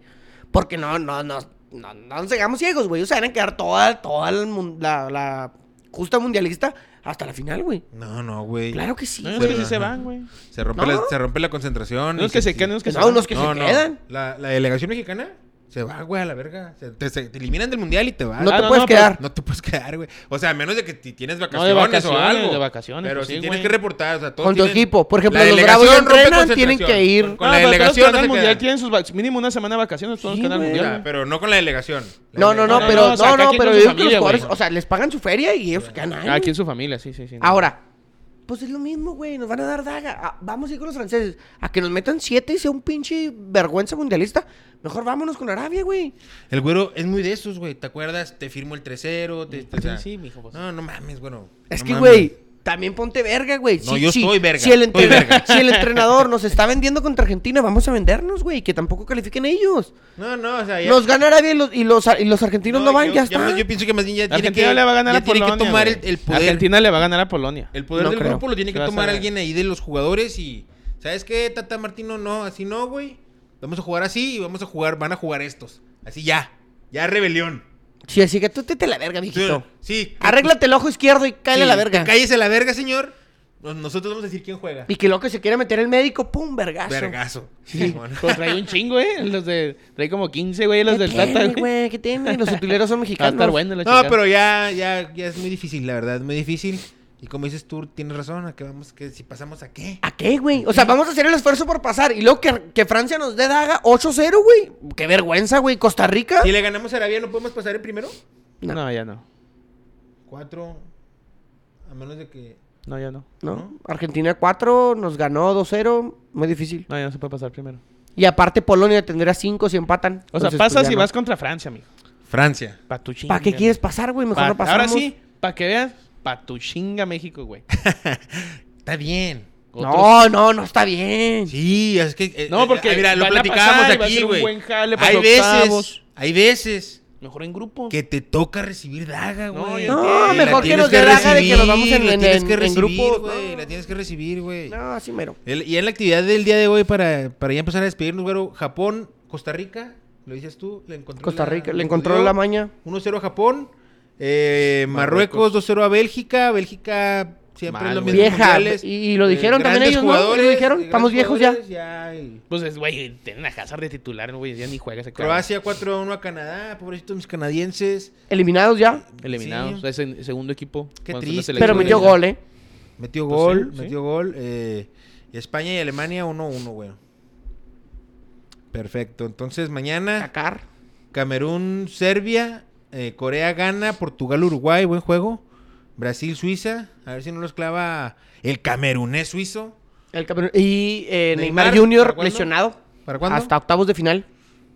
C: Porque no, no, no, no, no nos hagamos ciegos, güey. O sea, van a quedar toda, toda el mun- la, la justa mundialista hasta la final, güey.
D: No, no, güey.
C: Claro que sí.
A: No, es
C: güey.
A: que sí se van, güey.
D: Se rompe,
C: No.
D: la, se rompe la concentración.
A: No
D: y
A: es que se queden, no es que se
C: No,
A: van.
C: unos que
D: No,
C: se
D: no.
C: quedan.
D: La, la delegación mexicana se va, güey, a la verga. Se- te, se- te eliminan del mundial y te vas.
C: No
A: Ah,
C: te
A: no,
C: puedes
A: no, pero-
C: quedar.
D: No te puedes quedar, güey. O sea, a menos de que ti- tienes vacaciones,
A: de
D: o
A: vacaciones,
D: algo.
A: de vacaciones,
D: Pero
A: pues
D: si
A: sí,
D: tienes
A: güey.
D: que reportar. O sea, todos
C: Con tu
D: tienen-
C: equipo. Por ejemplo,
D: La
C: los Bravos ya
D: delegación rompe
C: entrenan, tienen que
D: concentración.
C: ir.
D: Con
A: No,
D: la
A: Ah, pero todos
D: delegación
A: que van
D: no
A: al
D: se
A: mundial
D: quedan.
A: tienen sus vac- mínimo una semana de vacaciones todos
C: Sí,
A: los que van al
C: güey.
A: mundial.
D: Ya,
A: güey.
D: pero no con la delegación. La
C: No, no, no,
A: no,
C: pero,
A: o sea,
C: no,
A: cada
C: no,
A: quien
C: pero
A: con su
C: yo digo que los
A: familia, güey.
C: jugadores, o sea, les pagan su feria y ellos ganan.
A: Ah,
C: güey.
A: aquí en su familia, sí, sí, sí. no.
C: Ahora, pues es lo mismo, güey. Nos van a dar daga. Ah, vamos a ir con los franceses. A que nos metan siete y sea un pinche vergüenza mundialista. Mejor vámonos con Arabia, güey.
D: El güero es muy de esos, güey. ¿Te acuerdas? Te firmo el 3-0. te- te- o
A: Sí,
D: sea,
A: sí, mijo, pues.
D: No, no mames, güero.
C: Es
D: No
C: que,
D: mames.
C: güey, también ponte verga, güey.
D: No, yo estoy verga,
C: Si el,
D: estoy
C: entre-
D: verga.
C: si el entrenador nos está vendiendo contra Argentina, vamos a vendernos, güey. Que tampoco califiquen ellos.
D: No, no, o sea, ya.
C: Nos gana Arabia y los, y los, y los argentinos no, van,
D: yo,
C: ya
D: yo-
C: está.
D: Yo, pienso que más bien ya tiene
A: Argentina
D: que,
A: le va a ganar
D: ya
A: a Polonia.
D: tiene que tomar el,
A: güey.
D: el poder.
A: Argentina le va a ganar a Polonia.
D: El poder
C: No
D: del
C: creo.
D: grupo lo tiene que
A: Vas a
D: tomar
A: ver.
D: alguien ahí de los jugadores y. ¿Sabes qué, Tata Martino? No, así no, güey. Vamos a jugar así y vamos a jugar, van a jugar estos. Así ya. Ya rebelión.
C: Sí, así que tú te la verga, mijito.
D: Sí.
C: Arréglate el ojo izquierdo y cállate
D: sí,
C: la verga.
D: que Cállese la verga, señor. Nos- Nosotros vamos a decir quién juega.
C: Y que loco se quiera meter el médico, pum, vergazo.
D: Vergazo.
A: Sí.
D: Simón.
A: Pues trae un chingo, eh. Los de, trae como 15, güey, los
C: ¿Qué
A: del Tata,
C: tiene,
A: güey.
C: güey? ¿Qué tiene? Los utileros son
A: Va a
C: mexicanos.
A: estar bueno la
D: No,
A: chingada.
D: pero ya, ya, ya es muy difícil, la verdad, es muy difícil. Y como dices tú, tienes razón, a qué vamos, que si pasamos a qué.
C: ¿A qué, güey? O sea, vamos a hacer el esfuerzo por pasar. Y luego que, que Francia nos dé daga 8-0, güey. Qué vergüenza, güey. Costa Rica.
D: Si le ganamos a Arabia, ¿no podemos pasar en primero?
A: No. ya no.
D: Cuatro. A menos de que.
A: No, ya no.
C: No, Argentina 4, nos ganó 2-0. Muy difícil.
A: No, ya no se puede pasar primero.
C: Y aparte Polonia tendrá 5 si empatan. pues,
A: O sea, pasas y vas contra Francia, amigo.
D: Francia.
A: Pa' tu chinga.
C: ¿Para qué quieres pasar, güey? Mejor
A: Pa-
C: no pasamos.
A: Ahora sí, para que veas, pa' tu chinga México, güey.
D: Está bien.
A: Otros-
C: No, no, no está bien.
D: Sí, es que. eh,
A: No,
D: eh,
A: porque
D: ah, mira, lo
A: van a
D: platicábamos
A: pasar y va a
D: aquí,
A: ser un
D: güey.
A: buen jale para
D: Hay
A: los
D: veces.
A: octavos.
D: Hay veces
A: Mejor en grupo.
D: que te toca recibir daga,
A: No,
D: güey.
A: yo
C: No,
D: Y
A: entiendo.
D: la
C: mejor que
D: tienes
C: nos dé daga de que nos
D: recibir,
C: vamos en,
D: la
C: en,
D: tienes que
C: en- en
D: recibir,
C: grupos.
D: güey.
C: no.
D: La tienes que recibir, güey.
C: No, así mero.
D: El- y en la actividad del día de hoy, para, para ya empezar a despedirnos, güero, Japón, Costa Rica, lo dices tú, le encontró
C: Costa Rica, le
D: lo
C: encontró
D: jodió.
C: la maña.
D: 1-0 a Japón, eh, Marruecos, 2-0 a Bélgica, Bélgica siempre
A: Mal,
D: es lo
A: güey.
D: mismo. en
C: Vieja,
D: mundiales,
C: y- y lo dijeron también
D: grandes
C: ellos, ¿no?
D: jugadores,
C: Lo dijeron,
D: eh,
C: estamos
D: grandes
C: viejos ya.
D: jugadores, y
A: Pues, es, güey, tienen a Hazard de titular, güey. Ya ni juega ese cabrón.
D: Croacia 4-1 a Canadá, pobrecitos mis canadienses,
C: Eliminados ya.
A: Eliminados. pues.
D: Sí.
A: Es el segundo equipo.
D: Qué
A: Bueno, son
D: triste,
A: la
C: Pero
A: selección
D: güey.
C: metió
A: de-
C: gol, ¿eh?
D: metió
A: Pues
D: gol,
A: sí, sí.
D: metió gol, eh, y España y Alemania 1-1, güey. Perfecto, entonces mañana...
C: Sacar.
D: Camerún, Serbia, eh, Corea, Gana, Portugal, Uruguay, buen juego. Brasil, Suiza, a ver si no los clava el camerunés suizo.
C: El campeón- Y eh, Neymar,
D: Neymar, ¿para
C: Jr.
D: cuándo?
C: lesionado.
D: ¿Para cuándo?
C: Hasta octavos de final.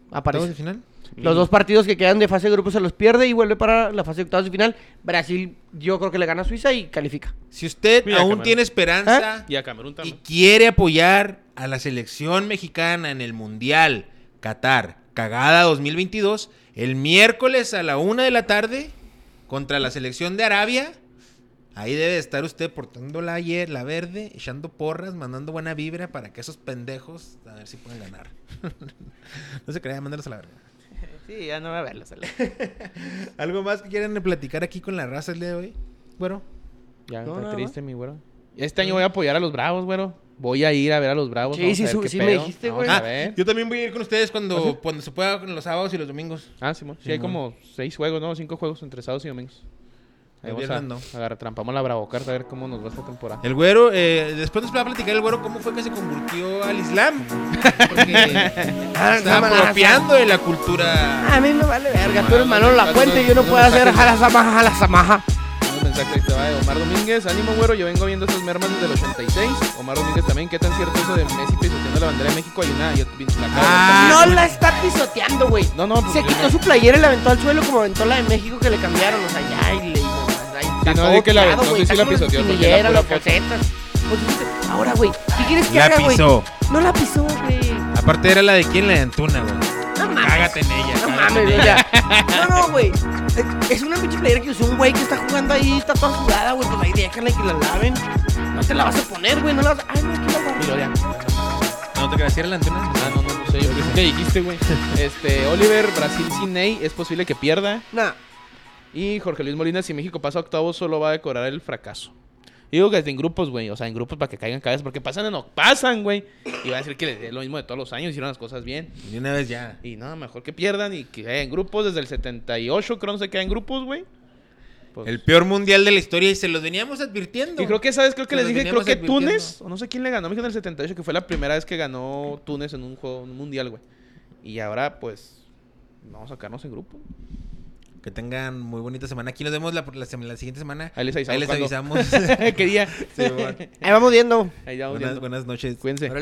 D: ¿Octavos
C: Aparece.
D: de final?
C: Los dos partidos que quedan de fase de grupo se los pierde y vuelve para la fase de octavos de final. Brasil, yo creo que le gana a Suiza y califica.
D: Si usted
A: Mira,
D: aún
A: Camerún.
D: tiene esperanza
A: Y a Camerún
D: y
A: también.
D: quiere apoyar a la selección mexicana en el Mundial Qatar Cagada 2022, el miércoles a la una de la tarde contra la selección de Arabia. Ahí debe de estar usted portando la, hier- la verde, echando porras, mandando buena vibra para que esos pendejos a ver si pueden ganar. no se crean, mándalos a la verga.
A: Sí, ya no va a verlos.
D: ¿Algo más que quieran platicar aquí con la raza el día de hoy? Bueno,
A: Ya,
C: No,
A: está
C: nada
A: triste, mi güero. Este año voy a apoyar a los Bravos, güero. Voy a ir a ver a los Bravos.
C: Sí,
A: vamos a
C: sí,
A: ver
C: su-
A: qué
C: sí me
A: pedo.
C: dijiste,
A: Vamos
C: güey.
A: a ver.
D: Ah, Yo también voy a ir con ustedes
A: ¿Ah,
D: cuando, cuando se pueda, los sábados y los domingos.
A: Ah, Simón. Sí, hay como seis juegos, ¿no? Cinco juegos entre sábados y domingos. Ahí
D: El
A: vamos a,
D: viernes
A: agarrar, trampamos la Bravo Carta a ver cómo nos va esta temporada.
D: El güero, eh, después nos va a platicar el güero cómo fue que se convirtió al Islam. Porque
C: Ah,
D: está
C: no, no, no,
D: apropiando de la cultura.
C: A mí me vale verga, tú
A: No,
C: eres Manolo
A: no,
C: La Puente y yo no
A: no,
C: puedo
A: no,
C: hacer
A: no, no.
C: jala samaja, jala samaja.
A: Un mensaje ahí te va de Omar Domínguez. Ánimo, güero. Yo vengo viendo estas mermas desde el 86. Omar Domínguez también. ¿Qué tan cierto eso de Messi pisoteando la bandera de México? Hay una... Yo, la acabo de
D: Ah,
A: ver
C: No la está pisoteando, güey.
A: también. no, no.
C: Se
A: pues,
C: quitó su playera y la aventó al suelo como aventó la de México que le cambiaron. O sea, ya, y le ahí
A: Sí,
C: está
A: no,
C: todo
A: di que la
C: tirado,
A: aventó,
C: güey,
A: sí,
C: está
A: la
C: como las
A: pisoteó, porque la
C: espinilleras,
A: pura
C: las
A: foto.
C: calcetas. Pues, dice, Ahora, güey, ¿qué quieres que
D: La
C: haga, güey?
D: pisó.
C: No la pisó, güey.
D: Aparte era la de quién, la de Antuna, güey.
C: No mames.
D: Cágate en ella.
C: No
D: cágate
C: mames,
D: en
C: güey, o
D: ella.
C: sea, No, no, güey. Es- Es una pinche playera que usó un güey que está jugando ahí, está toda sudada, güey. Pues ahí déjala que la laven. No te la vas a poner, güey. No la vas a. Ay, no, aquí la guardé.
A: Y lo de-
D: No te creas, era la Antuna.
A: Ah, no, no, no sé. Yo pensé que dijiste, güey. Este, Oliver, Brasil sin Ney. Es posible que pierda.
C: Nah.
A: Y Jorge Luis Molina, si México pasa a octavos, solo va a decorar el fracaso. Y digo que desde en grupos, güey. O sea, en grupos para que caigan cabezas. Porque pasan no pasan, güey. Y va a decir que les- es lo mismo de todos los años. Hicieron las cosas bien.
D: Y una vez ya.
A: Y nada, mejor que pierdan y que caigan en grupos. Desde el 78, creo, no se queda en grupos, güey. Pues-
D: El peor mundial de la historia y se los veníamos advirtiendo.
A: y creo que, ¿sabes? Creo que
D: Nos
A: les dije, creo
D: veníamos
A: que
D: advirtiendo.
A: Túnez, o no sé quién le ganó a México en el 78, que fue la primera vez que ganó Túnez en un juego, en un mundial, güey. Y ahora, pues, vamos a sacarnos en grupo.
D: Que tengan muy bonita semana. Aquí nos vemos la, la, sema- la siguiente semana.
A: Ahí les avisamos
D: Ahí les
A: cuándo.
D: avisamos.
A: ¿Qué día?
D: Sí, bueno.
C: Ahí vamos viendo.
A: Ahí ya vamos
D: buenas,
A: viendo.
D: buenas noches.
A: Cuídense.